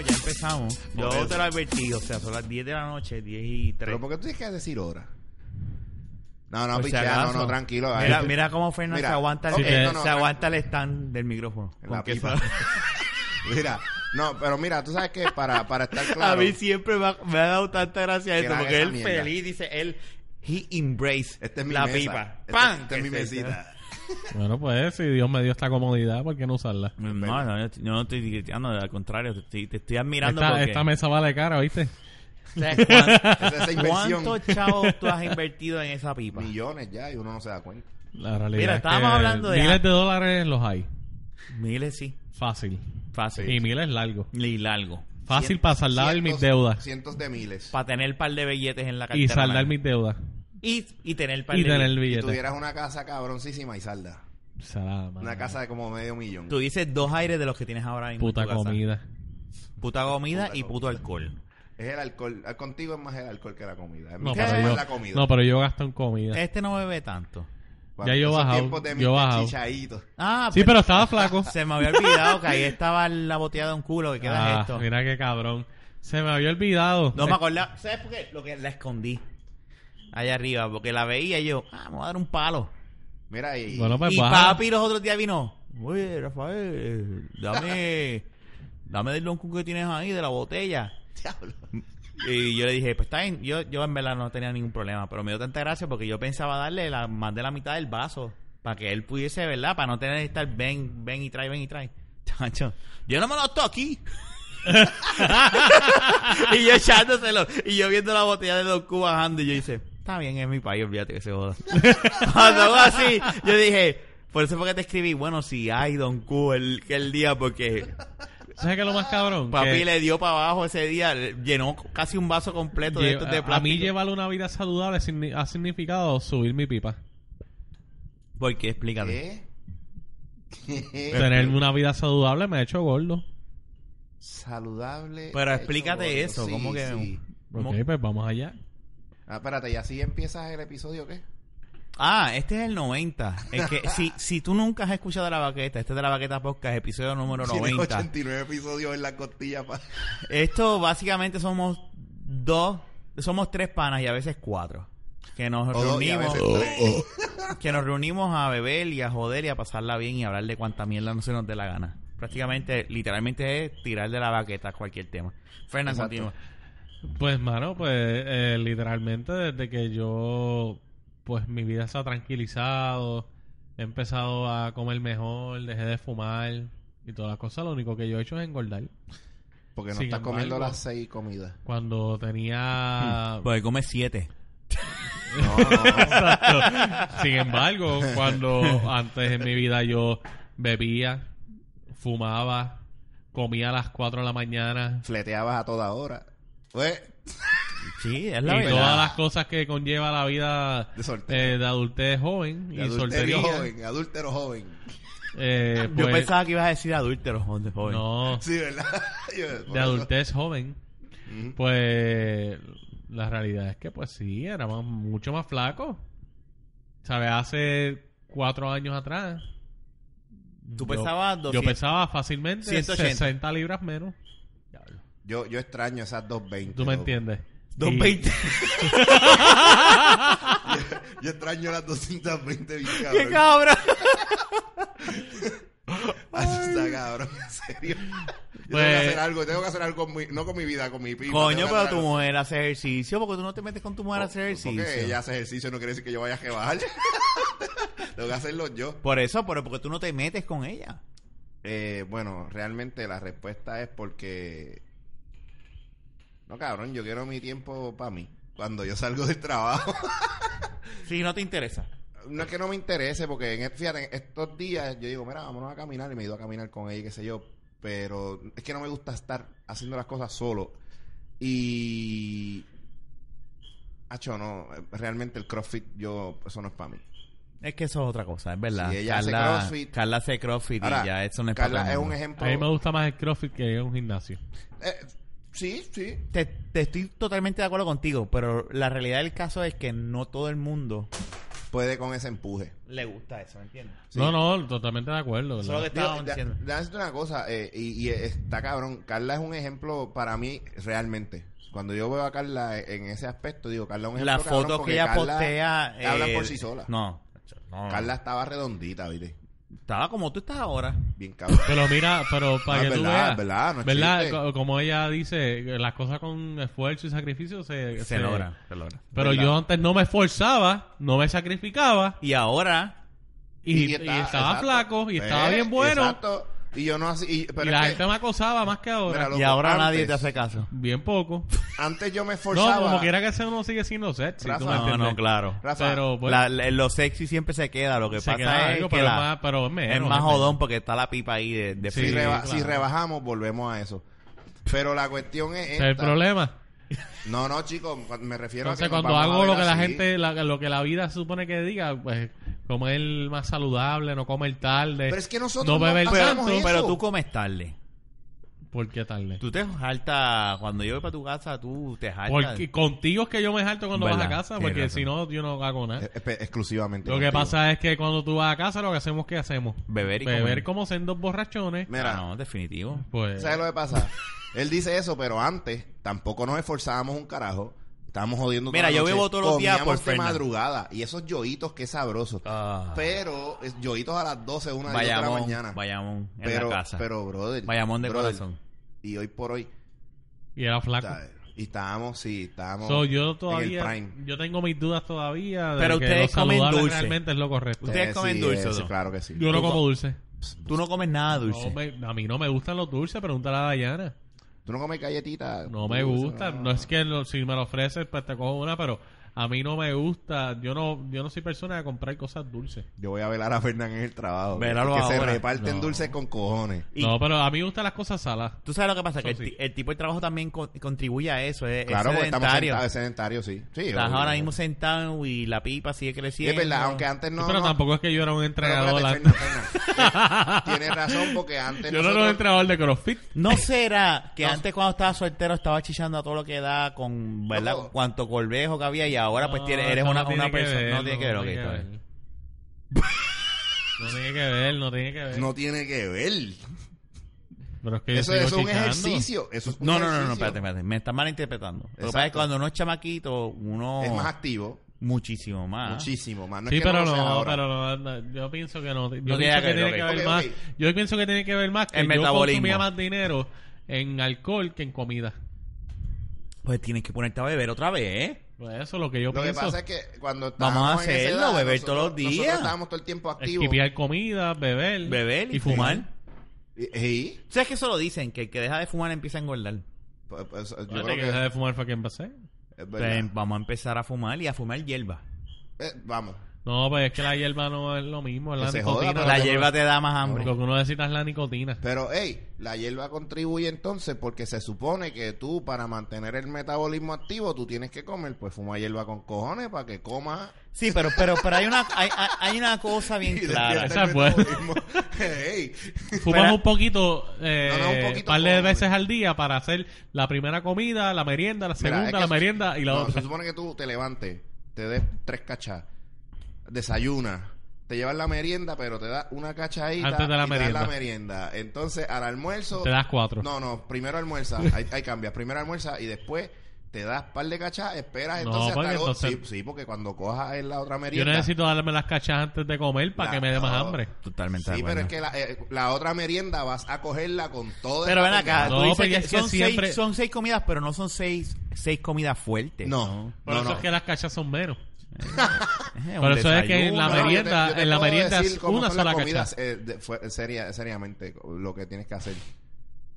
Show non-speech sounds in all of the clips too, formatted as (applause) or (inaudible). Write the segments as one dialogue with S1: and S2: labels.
S1: empezamos. Yo
S2: Por eso.
S1: te lo advertí, o sea, son las 10 de la noche, 10 y 3.
S3: Pero ¿por qué tú tienes que decir hora? No, no,
S1: Por si
S3: pichea, no,
S1: acaso.
S3: no, tranquilo. dale.
S1: Mira, mira cómo Fernández
S3: Mira,
S1: se aguanta, el,
S3: ok,
S1: eh,
S3: no, no,
S1: se aguanta el stand del micrófono.
S3: En
S1: Con
S3: la
S1: que
S3: pipa.
S1: eso-
S3: (laughs) Mira, no, pero mira, tú sabes que para,
S1: (laughs)
S3: para estar claro.
S1: A mí siempre me ha, me ha dado tanta gracia
S3: Que
S1: esto,
S3: haga
S1: porque
S3: esa
S1: él
S3: mierda.
S1: feliz dice, él, he embraced
S3: Esta este es mi
S1: la
S3: mesa.
S1: pipa.
S3: Esta-
S1: ¡Pam!
S3: Esta es mi
S1: Que se- (laughs)
S3: mesita.
S2: Bueno, pues si Dios me dio esta comodidad, ¿por qué no usarla?
S1: No, no, yo, yo no estoy critiquando, al contrario, te estoy, te estoy admirando
S2: Esta,
S1: porque...
S2: esta mesa vale cara, ¿viste?
S1: ¿Sabes cuán-
S3: (laughs) Esa es esa inversión.
S1: ¿Cuántos chavos tú has invertido en esa pipa?
S3: Millones ya y uno no se da cuenta.
S2: La realidad
S1: Mira,
S2: es
S1: estábamos
S2: que
S1: hablando de-
S2: Miles de dólares los hay.
S1: Miles sí,
S2: Fácil.
S1: fácil.
S2: Y miles largos.
S1: Y largo.
S2: Fácil
S3: Cien-
S2: para saldar
S3: cientos-
S2: mis deudas.
S3: Cientos de miles.
S1: Para tener un par de billetes en la cartera.
S2: Y saldar
S1: larga.
S2: mis deudas.
S1: y, y tener par
S2: Y
S1: de
S2: tener
S1: billetes.
S2: el
S3: Si
S2: billete.
S3: tuvieras una casa cabroncísima y salda.
S2: Salada, madre.
S3: Una casa de como medio millón.
S1: Tú dices dos aires de los que tienes ahora mismo en
S2: Puta
S1: tu casa.
S2: comida.
S1: Puta comida
S3: Puta
S1: y
S3: comida.
S1: puto alcohol.
S3: Es el alcohol. Ah, Contigo es más el alcohol que la comida. En mi
S2: No,
S3: casa
S2: pero
S3: es
S2: yo,
S3: la comida.
S2: no, pero yo gasto en comida.
S1: Este no bebe tanto.
S3: Cuando
S2: ya yo
S3: esos
S2: bajado,
S3: tiempos de
S2: yo
S3: Mr.
S2: bajado.
S3: Chichaíto.
S1: Ah,
S2: Sí, pero
S1: (laughs)
S2: estaba flaco.
S1: Se me había olvidado que ahí estaba la botella de un culo que queda en
S2: Ah,
S1: esto.
S2: mira qué cabrón. Se me había olvidado.
S1: No me acordaba. ¿Sabes por qué? Lo que la escondí. Allá arriba, porque la veía y yo, ah, me voy a dar un palo.
S3: Mira, y,
S2: Bueno, pues
S1: y
S2: baja.
S1: papi los otros días vino. Oye, Rafael, eh, dame. dame del don que tienes ahí, de la botella.
S3: diablo.
S1: Y yo le dije, pues está bien. Yo, yo en verdad no tenía ningún problema, pero me dio tanta gracia porque yo pensaba darle la, más de la mitad del vaso para que él pudiese, ¿verdad? Para no tener que estar ven, ven y trae, ven y trae. (laughs) Chacho, yo no me lo toco aquí. (laughs) y yo echándoselo. Y yo viendo la botella de Don Q bajando. Y yo hice, está bien, es mi país, olvídate que se joda. (laughs) Cuando hago así, yo dije, por eso fue que te escribí, bueno, si hay Don Q el, el día, porque
S2: ¿Sabes qué es lo más cabrón?
S1: Papi
S2: Que
S1: le dio para abajo ese día, llenó casi un vaso completo de
S2: lle-
S1: estos de
S2: a- a mí
S1: plástico.
S2: llevar una vida saludable signi- ha significado subir mi pipa.
S1: ¿Por qué? Explícate.
S3: (laughs) ¿Qué? ¿Qué?
S1: Este,
S2: Tener una vida saludable me ha hecho gordo.
S3: Saludable.
S1: Pero
S3: hecho
S1: explícate
S3: gordo.
S1: eso,
S3: Sí,
S1: ¿cómo que...?
S3: sí.
S1: ¿Cómo-
S2: Ok, pues vamos allá.
S3: Ah, espérate, ¿y así empiezas el episodio o qué?
S1: Ah, este es el 90. Es que si, si tú nunca has escuchado La Baqueta, este es de La Baqueta Podcast, episodio número
S3: Tiene
S1: 90.
S3: 89 episodios en la costilla. pa-
S1: Esto básicamente somos dos, somos tres panas y a veces cuatro. Que nos
S3: O dos, Oh, y a
S1: reunimos...
S3: veces
S2: Oh.
S3: tres.
S1: que nos reunimos a beber y a joder y a pasarla bien y a hablar de cuanta mierda no se nos dé la gana. Prácticamente, literalmente es tirar de la baqueta cualquier tema. Fernan,
S3: Exacto.
S1: continúa.
S2: Pues, mano, pues eh, literalmente desde que yo, pues mi vida se ha tranquilizado, he empezado a comer mejor, dejé de fumar y todas las cosas, lo único que yo he hecho es engordar.
S3: Porque no
S2: Sin
S3: estás comiendo
S2: embargo.
S3: las seis comidas.
S2: (laughs)
S1: (laughs)
S2: Cuando tenía...
S1: Porque Pues come siete.
S3: No, no.
S2: Sin embargo, cuando antes en mi vida yo bebía, fumaba, comía a las 4 de la mañana
S3: Fleteabas a toda hora. Pues,
S1: Sí, es
S2: y
S1: la
S2: todas
S1: verdad.
S2: las cosas que conlleva la vida
S3: De soltero.
S2: eh, de adultez joven
S3: de
S2: Eh, y
S3: adulterio
S2: soltería.
S3: joven, adúltero joven.
S2: eh,
S1: (laughs) Yo
S2: pues,
S1: pensaba que ibas a decir adúltero, joder, joven.
S2: No,
S3: Sí, ¿verdad? (laughs) Yo- por eso-
S2: de adultez joven.
S3: Ujú.
S2: Pues la realidad es que pues sí, era más- mucho más flaco. ¿Sabes? Hace cuatro años atrás.
S1: Tú
S2: yo-
S1: pensabas (laughs)
S2: Yo
S1: 200.
S2: pesaba fácilmente
S1: 180.
S2: 60 libras menos.
S3: Yo, yo extraño esas 220.
S2: ¿Tú me
S3: loco.
S2: entiendes? Y-
S1: 220.
S3: Yo extraño las 220
S2: (laughs)
S3: bien
S1: ¡Qué
S3: cabrón.
S1: cabrón!
S3: Eso está cabrón, en serio. Yo tengo que
S2: Pues-
S3: hacer algo, tengo que hacer algo, con mi- no con mi vida, con mi pipa.
S1: Coño,
S3: tengo que
S1: pero
S3: hacer
S1: tu
S3: algo.
S1: mujer hace ejercicio. Porque tú no te metes con tu mujer a hacer ejercicio.
S3: Porque ella hace ejercicio, no quiere decir que yo vaya a rebajar. (laughs) tengo que hacerlo yo.
S1: Por eso, pero porque tú no te metes con ella.
S3: Eh, bueno, realmente la respuesta es porque... No, cabrón, yo quiero mi tiempo para mí. Cuando yo salgo del trabajo.
S1: Si no te interesa.
S3: No es que no me interese, porque en, este, fíjate, en estos días yo digo, mira, vámonos a caminar y me he ido a caminar con ella, y qué sé yo, pero es que no me gusta estar haciendo las cosas solo. Y... Hacho, no, realmente el CrossFit, yo, eso no es para mí.
S1: Es que eso es otra cosa, es verdad.
S3: Sí, ella hace crossfit.
S1: Carla hace crossfit
S3: Ahora,
S1: y ya eso no es para
S3: Carla,
S1: todo el
S3: es un
S1: mundo.
S3: ejemplo...
S2: A mí me gusta más el CrossFit que un gimnasio.
S3: Eh, sí, sí.
S1: te, te estoy totalmente de acuerdo contigo, pero la realidad del caso es que no todo el mundo
S3: puede con ese empuje.
S1: Le gusta eso, ¿me entiendes?
S3: Sí.
S2: No, no, totalmente de
S1: Eso
S2: acuerdo.
S1: es lo que
S2: ¿verdad?
S1: estábamos
S3: Digo,
S1: diciendo.
S3: de- déjame decirte una cosa, eh, y, y está cabrón. Carla es un ejemplo para mí, realmente. Cuando yo veo a Carla en ese aspecto, digo, Carla es un ejemplo.
S1: Las
S3: cabrón,
S1: fotos
S3: porque
S1: que ella
S3: Carla
S1: postea.
S3: Habla
S1: eh,
S3: por sí sola.
S1: No, no.
S3: Carla estaba redondita, ¿viste?
S1: Estaba como tú estás ahora.
S3: Bien cabrón.
S2: Pero mira, pero para
S3: No,
S2: que
S3: es
S2: tú
S3: verdad,
S2: veas,
S3: es verdad, no es chiste.
S2: Co- Como ella dice, las cosas con esfuerzo y sacrificio se,
S1: Se, logra, se logra.
S2: Pero
S3: ¿Verdad?
S2: yo antes no me esforzaba, no me sacrificaba
S1: Y ahora,
S2: y, y
S3: está-
S2: estaba
S3: exacto.
S2: flaco y estaba
S3: ¿Ves?
S2: bien bueno.
S3: Exacto. Y yo no así. Y, pero
S2: y
S3: es
S2: la
S3: que
S2: gente me acosaba más que ahora.
S3: Mira, Loco,
S1: y ahora
S3: antes-
S1: nadie te hace caso.
S2: Bien poco.
S3: antes yo me
S2: No,
S3: esforzaba.
S2: como quiera que sea, uno sigue siendo sexy.
S3: Rafa,
S2: tú me
S3: No,
S1: No,
S2: entiendes.
S1: no, claro.
S3: Rafa,
S2: Pero bueno,
S1: La- la- lo sexy siempre se queda. Lo que
S2: se
S1: pasa
S2: queda
S1: es
S2: algo,
S1: que
S2: pero,
S1: la-
S2: es más, pero es
S1: es
S2: menos,
S1: más
S2: es
S1: jodón porque está la pipa ahí de, de
S2: Sí,
S3: si,
S1: frío.
S3: reba-
S2: claro.
S3: si rebajamos, volvemos a eso. Pero la cuestión es.
S2: menos. El
S3: esta.
S2: problema.
S3: No, no, chicos, me refiero
S2: Entonces,
S3: a que. nos
S2: cuando
S3: vamos a
S2: hago
S3: ver
S2: lo que la
S3: así.
S2: gente, la- lo que la vida supone que diga, pues comer más saludable, no comer tarde.
S3: Pero es que nosotros no
S2: no beber
S3: hacemos
S2: tanto.
S3: eso.
S1: Pero tú comes tarde.
S2: ¿Por qué tarde?
S1: Tú te jaltas. Cuando yo voy para tu casa, tú te jaltas.
S2: Porque contigo es que yo me salto cuando vas a
S1: Verdad,
S2: casa,
S1: tienes
S2: porque
S1: razón.
S2: si no, yo no hago nada.
S3: Eh, espe- Exclusivamente.
S2: Lo que
S3: contigo.
S2: pasa es que cuando tú vas a casa, lo que hacemos, ¿qué hacemos?
S1: Beber y
S2: Beber
S1: comer.
S2: como sendos borrachones.
S1: Ah,
S3: Mira,
S1: no, definitivo.
S2: Pues,
S3: ¿sabes lo que pasa? Él dice eso, pero antes tampoco nos esforzábamos un carajo. Estábamos jodiendo toda
S1: Mira,
S3: la
S1: yo
S3: noche.
S1: bebo todos los días
S3: Comíamos
S1: por
S3: de
S1: Fernan.
S3: madrugada. Y esos yoitos, qué sabroso.
S1: Ah.
S3: Pues, Pero, es- yoitos a las 12, una de la
S1: Bayamón,
S3: mañana.
S1: Bayamón, en
S3: pero,
S1: la casa.
S3: pero, brother.
S1: Bayamón de
S3: brother,
S1: corazón.
S3: Y hoy por hoy.
S2: y era flaco.
S3: ¿sabes? Y estábamos, sí, estábamos.
S2: Ah, So, yo
S3: En
S2: todavía,
S3: el prime.
S2: yo tengo mis dudas todavía de
S1: Pero
S2: que
S1: ustedes
S2: lo
S1: comen
S2: saludable
S1: dulce.
S2: realmente es lo correcto.
S1: Ustedes- comen
S3: sí,
S1: dulce,
S3: eh,
S1: ¿o
S3: sí,
S1: no?
S3: claro que sí.
S2: Yo no
S1: Tú
S2: como
S1: co-
S2: dulce.
S1: Tú no comes nada dulce.
S2: No me- a mí no me gustan los dulces, pregúntale a Dayana.
S3: ¿Tú no comes galletitas?
S2: No me
S3: Dulce,
S2: gusta, no es que lo- si me lo ofreces, pues te cojo una, pero a mí no me gusta. Yo no yo no soy persona de comprar cosas dulces.
S3: Yo voy a velar a Fernán en el trabajo.
S1: Vélalo
S3: que se
S1: ahora.
S3: reparten
S2: No.
S3: dulces con cojones.
S1: Y-
S2: No, pero a mí me gustan las cosas saladas.
S1: Tú sabes lo que pasa, que el,
S2: Eso sí.
S1: ti- el tipo de trabajo también con- contribuye a eso. Es, es
S3: Claro, porque estamos
S1: sedentario.
S3: sentados, sedentarios, sí. sí
S1: Estás
S3: obvio.
S1: ahora mismo sentado y la pipa sigue
S3: Y
S1: creciendo.
S3: es verdad, aunque antes no.
S2: pero
S3: no,
S2: tampoco es que yo era un
S3: pero
S2: entregador.
S3: espérate,
S2: antes.
S3: Fernan, Fernan. Tienes razón, porque antes.
S2: yo no era un
S3: nosotros-
S2: entrenador de CrossFit.
S1: ¿No será
S2: (laughs)
S1: que
S3: No.
S1: antes cuando estaba soltero estaba chichando a todo lo que da con, ¿verdad?
S3: No.
S1: Con cuanto corbejo que había y ahora pues
S2: No,
S1: tiene- eres
S2: eso
S1: una,
S2: no tiene
S1: una
S2: que
S1: persona...
S2: ver,
S1: no tiene que ver, ok,
S2: tiene
S1: está
S2: que
S1: bien.
S2: ver. No tiene que ver, no tiene que ver.
S3: No tiene que ver.
S2: Pero es que yo
S3: Eso, eso
S2: sigo
S3: es un
S2: chichando.
S3: ejercicio. Eso es un
S1: No, no, no, no,
S3: ejercicio.
S1: espérate, espérate. Me estás malinterpretando. Lo que pasa es que
S3: Exacto.
S1: cuando uno es chamaquito, uno...
S3: Es más activo.
S1: Muchísimo más.
S3: Muchísimo más. No
S2: Sí,
S3: es que
S2: pero
S3: no, lo sea
S2: no,
S3: ahora.
S2: pero no, no, yo pienso que no. Yo
S1: No tiene que
S2: pienso
S1: ver,
S2: que tiene
S1: ok.
S2: que ver
S3: Ok,
S2: más.
S3: ok.
S2: Yo pienso que tiene que ver más que
S1: El
S2: yo
S1: metabolismo.
S2: consumía más dinero en alcohol que en comida.
S1: Pues tienes que ponerte a beber otra vez, ¿eh?
S2: Pues eso es lo que yo
S3: Lo que
S2: pienso.
S3: pasa es que cuando
S1: Vamos a
S3: estábamos en esa
S1: hacerlo,
S3: edad,
S1: beber
S3: nosotros-
S1: todos los días.
S3: Nosotros estábamos todo el tiempo activos.
S2: Esquipear comida, beber.
S1: Beber y, fumar.
S3: Y- y-
S1: ¿Sabes que eso lo dicen? Que el que deja de fumar empieza a engordar.
S3: pues, pues, yo
S2: Yo
S3: creo que-
S2: de fumar fue quien pasé.
S3: es verdad.
S1: Pues vamos a empezar a fumar y a fumar hierba.
S3: Eh, vamos.
S2: No, pues es que la hierba no es lo mismo, es la
S3: Que se joda,
S2: nicotina.
S3: pero
S1: La
S3: que no-
S1: hierba te da más hambre.
S2: Lo que uno necesita es la nicotina.
S3: Pero, hey, la hierba contribuye entonces porque se supone que tú, para mantener el metabolismo activo, tú tienes que comer, pues fuma hierba con cojones para que coma.
S1: Sí, pero, pero, pero hay una, hay, hay- hay una cosa bien
S3: y
S1: clara.
S3: despierta el
S2: esa es buena.
S3: metabolismo.
S2: (laughs)
S3: Hey,
S2: Fumas
S1: Pero-
S2: un poquito, eh,
S3: No, no, un poquito
S2: par de
S3: poco,
S2: veces al día para hacer la primera comida, la merienda, la
S3: mira,
S2: segunda,
S3: es que
S2: la
S3: se-
S2: merienda y la
S3: no,
S2: otra.
S3: Se supone que tú te levantes, te des tres cachas, desayunas, te llevas la merienda, pero te das una cachadita
S2: Antes de la
S3: y te das
S2: merienda.
S3: la merienda. Entonces, al almuerzo...
S2: Te das cuatro.
S3: No, no, primero
S2: (laughs)
S3: almuerza, ahí, ahí cambias, primero almuerza y después te das par de cachas, esperas
S2: No,
S3: entonces
S2: porque
S3: hasta el otro-
S2: entonces-
S3: sí, sí, porque cuando cojas en la otra
S2: Yo
S3: merienda.
S2: necesito darme las cachas antes de comer para
S3: La-
S2: que me dé más
S3: no.
S2: hambre.
S1: Totalmente de
S3: Sí, pero
S1: acuerdo.
S3: es que la, eh, la otra merienda vas a cogerla con todo el
S1: Pero ven
S3: papel de
S1: acá,
S3: la-
S1: tú
S2: No,
S1: dices
S2: porque
S1: que
S2: es que
S1: son,
S2: siempre-
S1: seis, son seis comidas, pero no son seis, seis comidas fuertes.
S3: No,
S2: Por
S3: no,
S2: eso
S3: no.
S2: es que las cachas son menos.
S1: Eh, un
S2: Por eso es que en
S3: No,
S2: la
S1: desayuno.
S3: yo te-
S2: merienda-
S3: yo te
S2: en la
S3: puedo
S2: merienda
S3: decir
S2: es
S3: cómo
S2: una
S3: son las
S2: sola
S3: comidas, eh, de- fue- seria- seriamente, lo que tienes que hacer.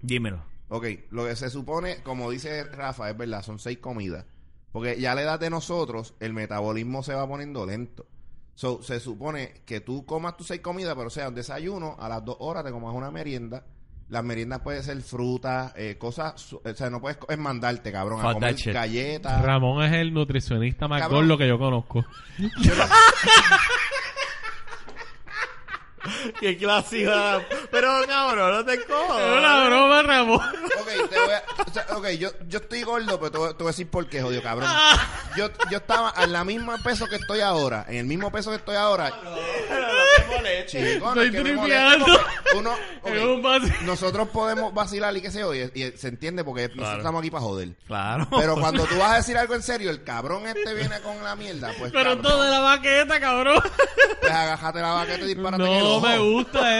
S1: Dímelo.
S3: Ok, lo que se supone, como dice Rafa, es verdad, son seis comidas. Porque ya a la edad de nosotros, el metabolismo se va poniendo lento. So, se supone que tú comas tus seis comidas, pero sea un desayuno, a las dos horas te comas una merienda. Las meriendas pueden ser frutas, eh, cosas... su- O sea, no puedes... co- Es mandarte, cabrón,
S1: Fuck
S3: a comer
S1: that shit.
S3: galletas.
S2: Ramón es el nutricionista más
S3: Cabrón.
S2: gordo que yo conozco.
S1: Qué clásico. Pero cabrón, no te
S2: Es
S1: cojo.
S2: una broma, Ramón.
S3: Ok, te voy a- o sea, ok, yo, yo estoy gordo, pero te voy, te voy a decir por qué, jodido cabrón.
S2: Ah.
S3: Yo, yo estaba a la misma peso que estoy ahora, en el mismo peso que estoy ahora. Chico, no
S2: Estoy
S3: es que me
S2: tripeando.
S3: moleste, porque Uno,
S2: Es
S3: ok,
S2: un vacío.
S3: nosotros podemos vacilar y qué sé yo, y, y se entiende porque nosotros
S1: Claro.
S3: estamos aquí para joder.
S1: Claro.
S3: Pero cuando tú vas a decir algo en serio, el cabrón este viene con la mierda, pues,
S2: Pero
S3: cabrón,
S2: todo de la baqueta, cabrón.
S3: pues agajate la vaqueta y dispárate en el
S2: No
S3: ojo.
S2: me gusta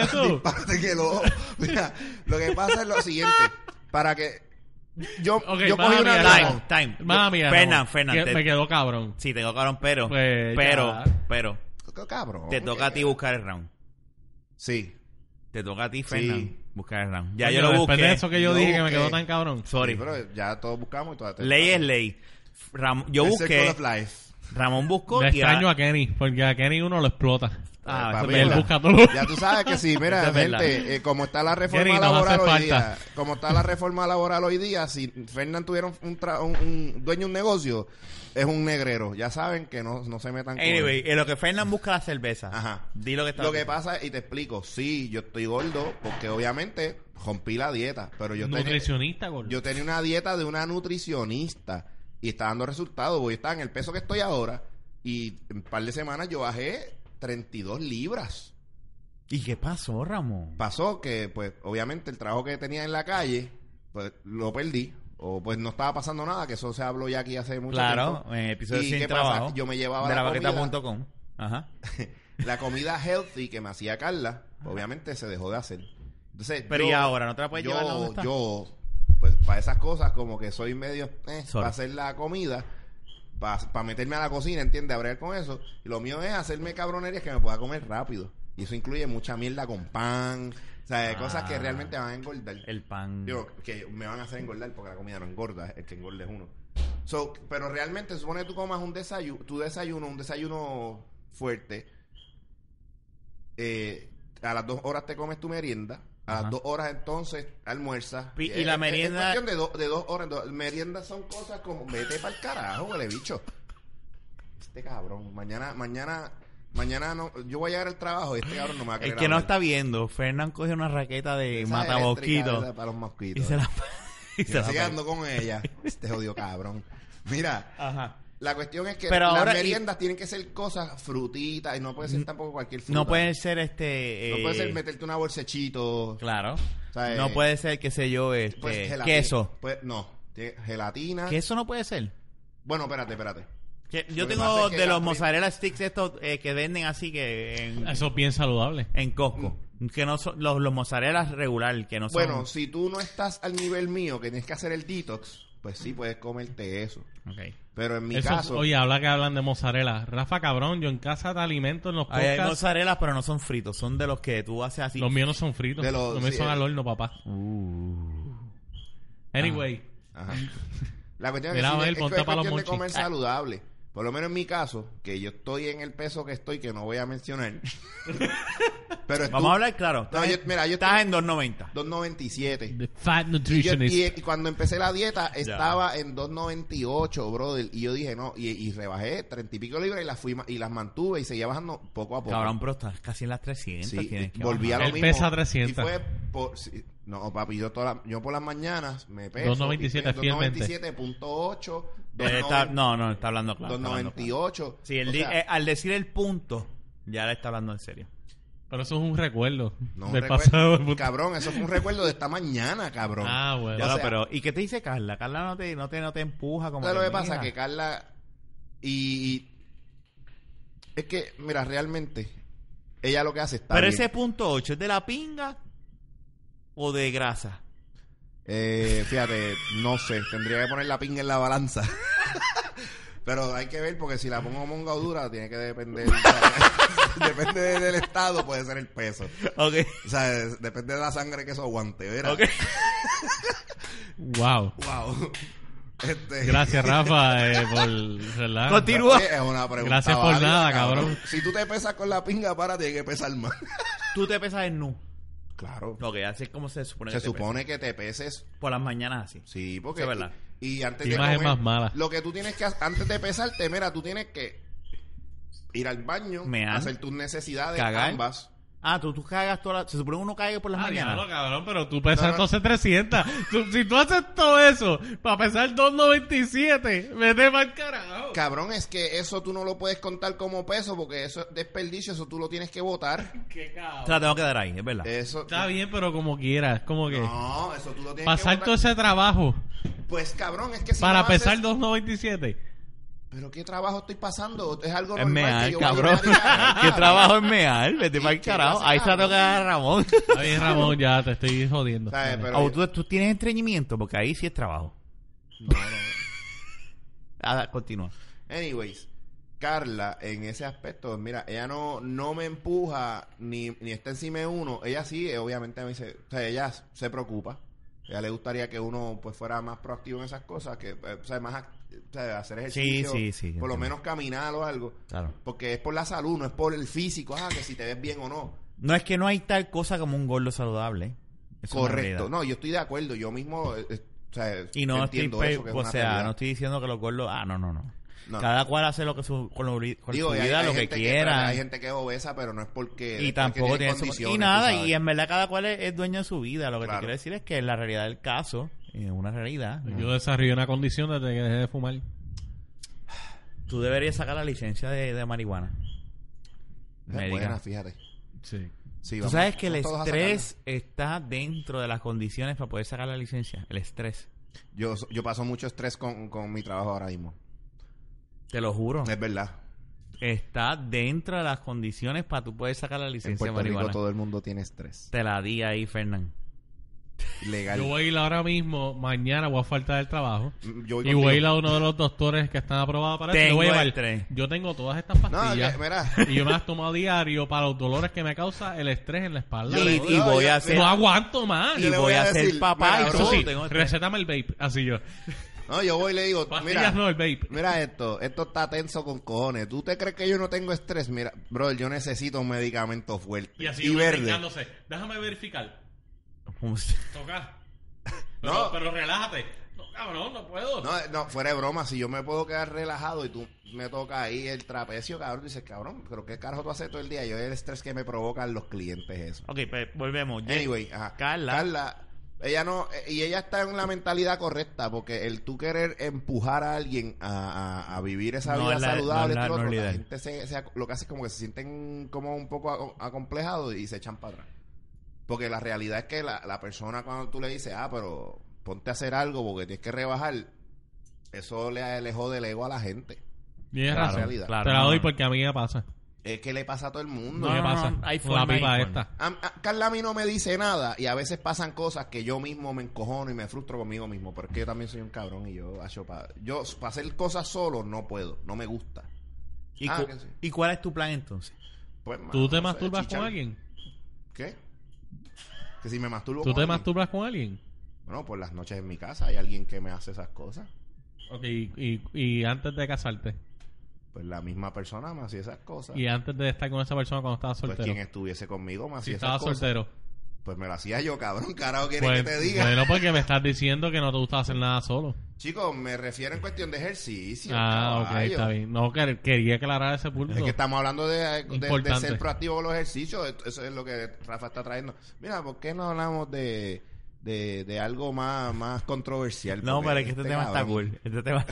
S3: (laughs)
S2: eso.
S3: Dispárate que lo. Mira, lo que pasa es lo siguiente. Para que. Yo,
S2: Ok,
S3: yo cogí
S2: mala
S3: una
S2: mía,
S1: Time,
S3: lana.
S1: time.
S2: Mala mía.
S1: Fernan,
S2: Ramón,
S1: Fernan,
S2: que
S1: te-
S2: Me quedó cabrón.
S1: Sí, tengo cabrón, pero.
S2: Pues,
S1: pero,
S2: ya.
S1: pero.
S3: C- Cabrón.
S1: Te toca a ti buscar el round.
S3: Sí.
S1: Te toca a ti, Fernan,
S3: Sí.
S1: buscar el round. Ya
S2: Coño,
S1: yo lo
S2: después
S1: busqué.
S2: de eso que yo
S3: Lo
S2: dije que me
S3: busqué.
S2: quedó tan cabrón.
S1: Sorry.
S3: Sí, pero ya todos buscamos y todas te-
S1: Ley es ley. Ram- yo
S3: El Circle
S1: busqué,
S3: of Life.
S1: Ramón buscó
S2: Le
S1: y ahora-
S2: extraño a Kenny, porque a Kenny uno lo explota.
S1: Ah,
S3: Eh, Papi,
S1: eso es
S2: Él
S1: verdad.
S2: busca todo.
S3: Ya tú sabes
S1: (laughs)
S3: que sí, mira,
S1: Eso es verdad.
S3: gente, eh, como está la reforma
S2: Jerry, nos
S3: laboral
S2: hace
S3: hoy
S2: falta.
S3: día, como está la reforma laboral hoy día, si Fernán tuviera un, tra- un- un dueño de un negocio, es un negrero. Ya saben que no, no se metan con él.
S1: Anyway, en lo que Fernan busca la cerveza.
S3: Ajá.
S1: Di lo que está.
S3: Lo que pasa, y te explico, sí, yo estoy gordo porque obviamente rompí la dieta, pero yo tenía,
S2: Nutricionista, gordo.
S3: yo tenía una dieta de una nutricionista y está dando resultados, voy a estar en el peso que estoy ahora y en un par de semanas yo bajé 32 libras.
S1: ¿Y qué pasó, Ramón?
S3: Pasó que, pues, obviamente el trabajo que tenía en la calle, pues, lo perdí. O pues no estaba pasando nada, que eso se habló ya aquí hace mucho
S1: claro,
S3: tiempo.
S1: en el episodio
S3: ¿Y
S1: sin
S3: qué pasa?
S1: trabajo.
S3: Yo me llevaba
S1: de
S3: la
S1: la baqueta
S3: comida.
S1: punto com. Ajá.
S3: La comida healthy que me hacía Carla, obviamente se dejó de hacer. Entonces,
S1: Pero
S3: yo-
S1: y ahora, ¿no te la puedes llevar a donde
S3: yo,
S1: está?
S3: yo, pues para esas cosas, como que soy medio eh,
S1: Sorry.
S3: para hacer la comida, para meterme a la cocina, ¿entiendes? A bregar con eso. Y lo mío es hacerme cabronerías que me pueda comer rápido. Y eso incluye mucha mierda con pan, o sea,
S1: Ah.
S3: cosas que realmente van a engordar.
S1: El pan.
S3: Digo, que me van a hacer engordar porque la comida no engorda, el que engorda es uno. So, pero realmente se supone que tú comas un desayuno, tu desayuno, un desayuno fuerte. Eh, a las dos horas te comes tu merienda. A
S1: Ajá.
S3: las dos horas entonces almuerzas.
S1: Pi- y
S3: Eh,
S1: la
S3: eh,
S1: merienda-
S3: Es, cuestión de, do- de dos horas. en dos- meriendas son cosas como vete para el carajo, huele bicho. Este cabrón. Mañana, mañana, mañana no. Yo voy a llegar al trabajo y este cabrón no me va a querer
S1: El que no
S3: hablar.
S1: está viendo, Fernán coge una raqueta de
S3: Esa eléctrica, esa
S1: matamosquito
S3: Para los
S1: y
S3: mosquitos.
S1: se la. (laughs) y se
S3: Yo
S1: la-
S3: sigue ando con ella. Este jodido cabrón. Mira,
S1: Ajá.
S3: la cuestión es que
S1: Pero
S3: las
S1: ahora-
S3: meriendas tienen que ser cosas frutitas y no puede ser tampoco cualquier fruta.
S1: No puede ser este.
S3: No
S1: eh,
S3: puede ser meterte una bolsechito.
S1: Claro.
S3: sea,
S1: No
S3: eh,
S1: puede ser, qué sé yo, este,
S3: pues, gelatina.
S1: queso.
S3: Pues, no, tiene gelatina.
S1: Queso no puede ser.
S3: Bueno, espérate, espérate.
S1: Que- yo
S3: Lo que pasa
S1: tengo
S3: es que
S1: de los
S3: Gabriel-
S1: mozzarella sticks estos eh, que venden así que en,
S2: Eso es bien saludable.
S1: en Costco. Que no son los, los mozzarella regular, que no son.
S3: Bueno, si tú no estás al nivel mío, que tienes que hacer el detox, pues sí puedes comerte eso.
S1: Ok.
S3: Pero en mi
S2: Eso-
S3: caso,
S2: Oye, habla que hablan de mozzarella. Rafa, cabrón, yo en casa te alimento en los
S1: Hay, hay
S2: podcasts.
S1: mozzarella, pero no son fritos, son de los que tú haces así. Uh.
S2: Los míos no son fritos.
S3: De los-
S2: los míos
S3: sí,
S2: son
S3: eh.
S2: al horno, papá. Anyway.
S3: Ajá. La cuestión
S2: Mira,
S3: es que sí,
S2: Abel,
S3: es- es
S2: ponte
S3: cuestión
S2: pa' los
S3: de comer
S2: monchis.
S3: saludable. Por lo menos en mi caso, que yo estoy en el peso que estoy, que no voy a mencionar.
S1: (laughs)
S3: pero estu-
S1: Vamos a hablar claro.
S3: No, yo- mira, yo
S1: estás
S3: estoy-
S1: en 290.
S3: 2.97.
S2: The Fat
S3: Y, yo-
S2: Nutritionist.
S3: y- y cuando empecé la dieta estaba en 2.98, brother. Y yo dije, no, y, y rebajé 30 y pico libras y las, fui, ma- y las mantuve y seguía bajando poco a poco.
S1: Cabrón, pero estás casi en las 300.
S3: Sí,
S1: tienes que
S3: volví a
S1: bajar.
S3: lo
S2: Él
S3: mismo.
S2: pesa 300.
S3: Y fue por- sí, no, papi, yo, toda la- yo por las mañanas me peso.
S2: 297
S3: y- 297.8.
S1: Él Eh, está- no, no, está hablando claro. está hablando claro.
S3: 298.
S1: Sí, él
S3: o
S1: di-
S3: sea,
S1: eh, al decir el punto, ya le está hablando en serio.
S2: Pero eso es un recuerdo
S3: no un
S2: del
S3: recuerdo-
S2: pasado. del puto-
S3: Cabrón, eso fue un recuerdo de esta mañana, cabrón.
S2: Ah, bueno.
S1: Ya
S3: O
S1: lo-
S3: sea-
S1: pero, ¿y qué te dice Carla? Carla no te, no te, no te empuja como.
S3: ¿Sabes lo que
S1: mira.
S3: pasa? Que Carla y, y- Es que, mira, realmente, ella lo que hace está
S1: pero
S3: bien.
S1: ese punto 8, ¿es de la pinga o de
S3: (laughs)
S1: grasa?
S3: Eh, fíjate, no sé, tendría que poner la pinga en la balanza. (laughs) Pero hay que ver, porque si la pongo monga o dura, tiene que depender. (laughs) o sea, depende de- del estado, puede ser el peso.
S1: Ok.
S3: O sea, es- depende de la sangre que eso aguante, ¿verdad?
S1: Ok. (laughs)
S2: Wow.
S3: Wow. (laughs) Este,
S2: Gracias, Rafa, eh, por... ¿verdad?
S1: Continúa.
S3: Oye, es una pregunta
S2: Gracias por
S3: válida,
S2: nada, cabrón.
S3: Si tú te pesas con la pinga, para, tiene que pesar más.
S1: Tú te pesas en nu.
S3: Claro.
S1: Lo que haces como se supone.
S3: Se
S1: que te pesas.
S3: supone que te peses
S1: Por las mañanas así.
S3: Sí, porque.
S1: Eso es verdad.
S3: Y antes
S2: Tu
S3: de
S2: imagen
S3: comer,
S2: más mala.
S3: Lo que tú tienes que hacer, antes de pesarte, mira, tú tienes que ir al baño,
S1: Mear.
S3: hacer tus necesidades
S1: Cagar.
S3: ambas,
S1: Ah, tú, tú cagas todas las... Se supone que uno caiga por las
S2: Ah,
S1: mañanas.
S2: diablo, cabrón, pero tú pesas
S3: No, no.
S2: entonces 300. Tú- si tú haces todo eso para pesar 297, vete mal carajo.
S3: Cabrón, es que eso tú no lo puedes contar como peso porque eso es desperdicio, eso tú lo tienes que votar.
S2: Qué cabrón.
S1: Te la tengo que dar ahí, es verdad.
S3: Eso.
S2: Está bien, pero como quieras, como que
S3: No, eso tú lo tienes
S2: pasar
S3: que
S2: todo
S3: votar.
S2: ese trabajo
S3: Pues cabrón, es que si
S2: para
S3: no haces-
S2: pesar 297.
S3: Pero qué trabajo estoy pasando, es algo
S1: es
S3: normal
S1: meal,
S3: que yo
S1: Eh, cabrón.
S3: voy a
S1: (laughs)
S3: ganar.
S1: ¿Qué trabajo es meal? Vete
S3: Sí,
S1: para el
S3: ¿qué
S1: carajo.
S3: pasa,
S1: Ahí se la tengo que dar a Ramón.
S2: Está bien, Ramón, ya te estoy jodiendo.
S3: ¿Sabes? Pero
S1: O
S3: yo-
S1: tú, tú tienes estreñimiento, porque ahí sí es trabajo.
S3: No, no.
S1: Ah, continúa.
S3: Anyways, Carla, en ese aspecto, mira, ella no, no me empuja ni, ni está encima de uno. Ella sí, eh, obviamente, me dice, o sea, ella se preocupa. A ella le gustaría que uno pues fuera más proactivo en esas cosas, que, eh, o sea, más, ac- o sea, hacer ejercicio,
S1: sí, sí,
S3: por
S1: entiendo.
S3: lo menos caminar o algo.
S1: Claro.
S3: Porque es por la salud, no es por el físico, ah, que si te ves bien o no.
S1: No es que no hay tal cosa como un gordo saludable. Eso es una
S3: Correcto.
S1: realidad.
S3: No, yo estoy de acuerdo. Yo mismo, eh, eh, o sea,
S1: y no estoy,
S3: entiendo
S1: pe-
S3: eso. Que es
S1: o
S3: una
S1: sea,
S3: realidad.
S1: no estoy diciendo que los gordos, ah, no, no, no.
S3: No.
S1: Cada cual hace lo que su, con, lo- con
S3: Digo,
S1: su
S3: y
S1: vida,
S3: hay- hay
S1: lo que
S3: gente
S1: quiera.
S3: Hay gente que es obesa, pero no es porque...
S1: y
S3: es porque
S1: tampoco tiene su-
S3: condiciones,
S1: y
S3: tú
S1: nada
S3: sabes.
S1: y en verdad cada cual es, es dueño de su vida lo que
S3: Claro.
S1: te quiero decir es que la realidad del caso es una realidad ¿no?
S2: Yo desarrollé una condición desde que dejé de fumar.
S1: tú deberías sacar la licencia de, de marihuana
S3: Es
S1: Médica.
S3: buena, fíjate.
S2: Sí.
S3: Sí,
S1: tú
S3: vamos-
S1: sabes que el
S3: vamos todos a
S1: estrés está dentro de las condiciones para poder sacar la licencia el estrés
S3: sacarla. Yo, so- yo paso mucho estrés con, con mi trabajo ahora mismo.
S1: te lo juro
S3: Es verdad.
S1: está dentro de las condiciones para tú poder sacar la
S3: En
S1: licencia de
S3: Puerto Rico
S1: marihuana
S3: todo el mundo tiene estrés.
S1: te la di ahí Fernán
S3: Legal.
S2: Yo voy a ir ahora mismo, mañana voy a faltar del trabajo.
S3: Mm, yo voy
S2: Y
S3: contigo.
S2: voy a ir a uno de los doctores que están aprobados para eso. Yo voy a
S1: Tengo
S2: llevar-
S1: el tren.
S2: Yo tengo todas estas
S3: No,
S2: pastillas.
S3: que- mira.
S2: Y yo me las tomo a diario para los dolores que me causa el estrés en la espalda.
S1: y,
S3: le-
S1: y
S3: yo-
S1: voy
S3: yo-
S1: a hacer
S2: no aguanto más.
S3: Yo
S1: y
S3: le
S1: voy a ser
S3: decir,
S1: papá
S3: mira,
S1: y
S2: Eso
S1: todo
S3: bro,
S2: sí,
S1: tengo este estrés.
S2: recétame el vape. Así yo.
S3: No, yo voy y le
S1: (laughs)
S3: digo, mira,
S2: Pastillas no, el vape.
S3: mira esto. Esto está tenso con cojones. ¿Tú te crees que yo no tengo estrés? Mira, bro, yo necesito un medicamento fuerte.
S2: Y así
S3: y
S2: yo voy
S3: verde.
S2: brincándose. Déjame verificar. Toca. Pero,
S3: No.
S2: pero relájate. No, cabrón, no puedo.
S3: No, no, fuera de broma, si yo me puedo quedar relajado y tú me toca ahí el trapecio, cabrón, dices, cabrón, pero qué carajo tú haces todo el día. Yo el estrés que me provocan los clientes eso.
S1: (laughs) ok pues, volvemos
S3: Anyway, ajá.
S1: Carla.
S3: ella no, eh, y ella está en la mentalidad correcta, porque el tú querer empujar a alguien a, a- a vivir esa
S1: No
S3: vida
S1: es la-
S3: saludable,
S1: no es la-
S3: esto y
S1: no
S3: lo
S1: es la
S3: otro, la
S1: idea.
S3: gente se- se ac- lo que hace es como que se sienten como un poco aco- acomplejados y se echan para atrás. Porque la realidad es que la, la persona cuando tú le dices, ah, pero ponte a hacer algo porque tienes que rebajar, eso le, le jode el ego a la gente.
S2: Tienes
S3: Claro,
S2: razón.
S3: realidad.
S1: claro,
S2: Te la
S1: no,
S2: doy
S1: no.
S2: porque a mí me pasa.
S3: Es que le pasa a todo el mundo.
S2: No, me
S1: no,
S2: pasa.
S1: no, hay
S2: Con
S1: forma,
S2: la pipa
S1: hay
S2: esta.
S3: A- a- Carla a mí no me dice nada y a veces pasan cosas que yo mismo me encojono y me frustro conmigo mismo, porque yo también soy un cabrón y yo, acho, pa- yo para hacer cosas solo no puedo, no me gusta.
S1: ¿Y,
S3: Ah,
S1: cu-
S3: que sí.
S1: y cuál es tu plan entonces?
S3: Pues, mano,
S2: ¿Tú te
S3: no sé,
S2: masturbas
S3: chichar.
S2: con alguien?
S3: ¿Qué? Que si me masturbo
S2: ¿Tú
S3: con
S2: te
S3: alguien?
S2: masturbas con alguien?
S3: Bueno, por las noches en mi casa hay alguien que me hace esas cosas.
S2: Ok, y, y- y antes de casarte.
S3: Pues la misma persona me hacía esas cosas.
S2: Y antes de estar con esa persona cuando estabas
S3: Pues quien
S2: soltero.
S3: estuviese conmigo me
S2: Si
S3: hacía esas
S2: estabas
S3: cosas.
S2: soltero.
S3: Pues me lo hacía yo, cabrón, (laughs) carajo, ¿quieres
S2: Pues,
S3: que te diga?
S2: Bueno, porque me estás diciendo que no te gusta hacer nada solo.
S3: Chicos, me refiero en cuestión de ejercicio.
S2: ah, ok,
S3: caballo.
S2: está bien. No, que- quería aclarar ese punto.
S3: Es que estamos hablando de, de- de,
S2: Importante.
S3: ser proactivo con los ejercicios. Eso es lo que Rafa está trayendo. Mira, ¿por qué no hablamos de, de, de algo más, más controversial?
S1: No,
S3: Porque
S1: pero es que este tema está
S3: cabrón-
S1: cool. Este
S3: (laughs)
S1: tema...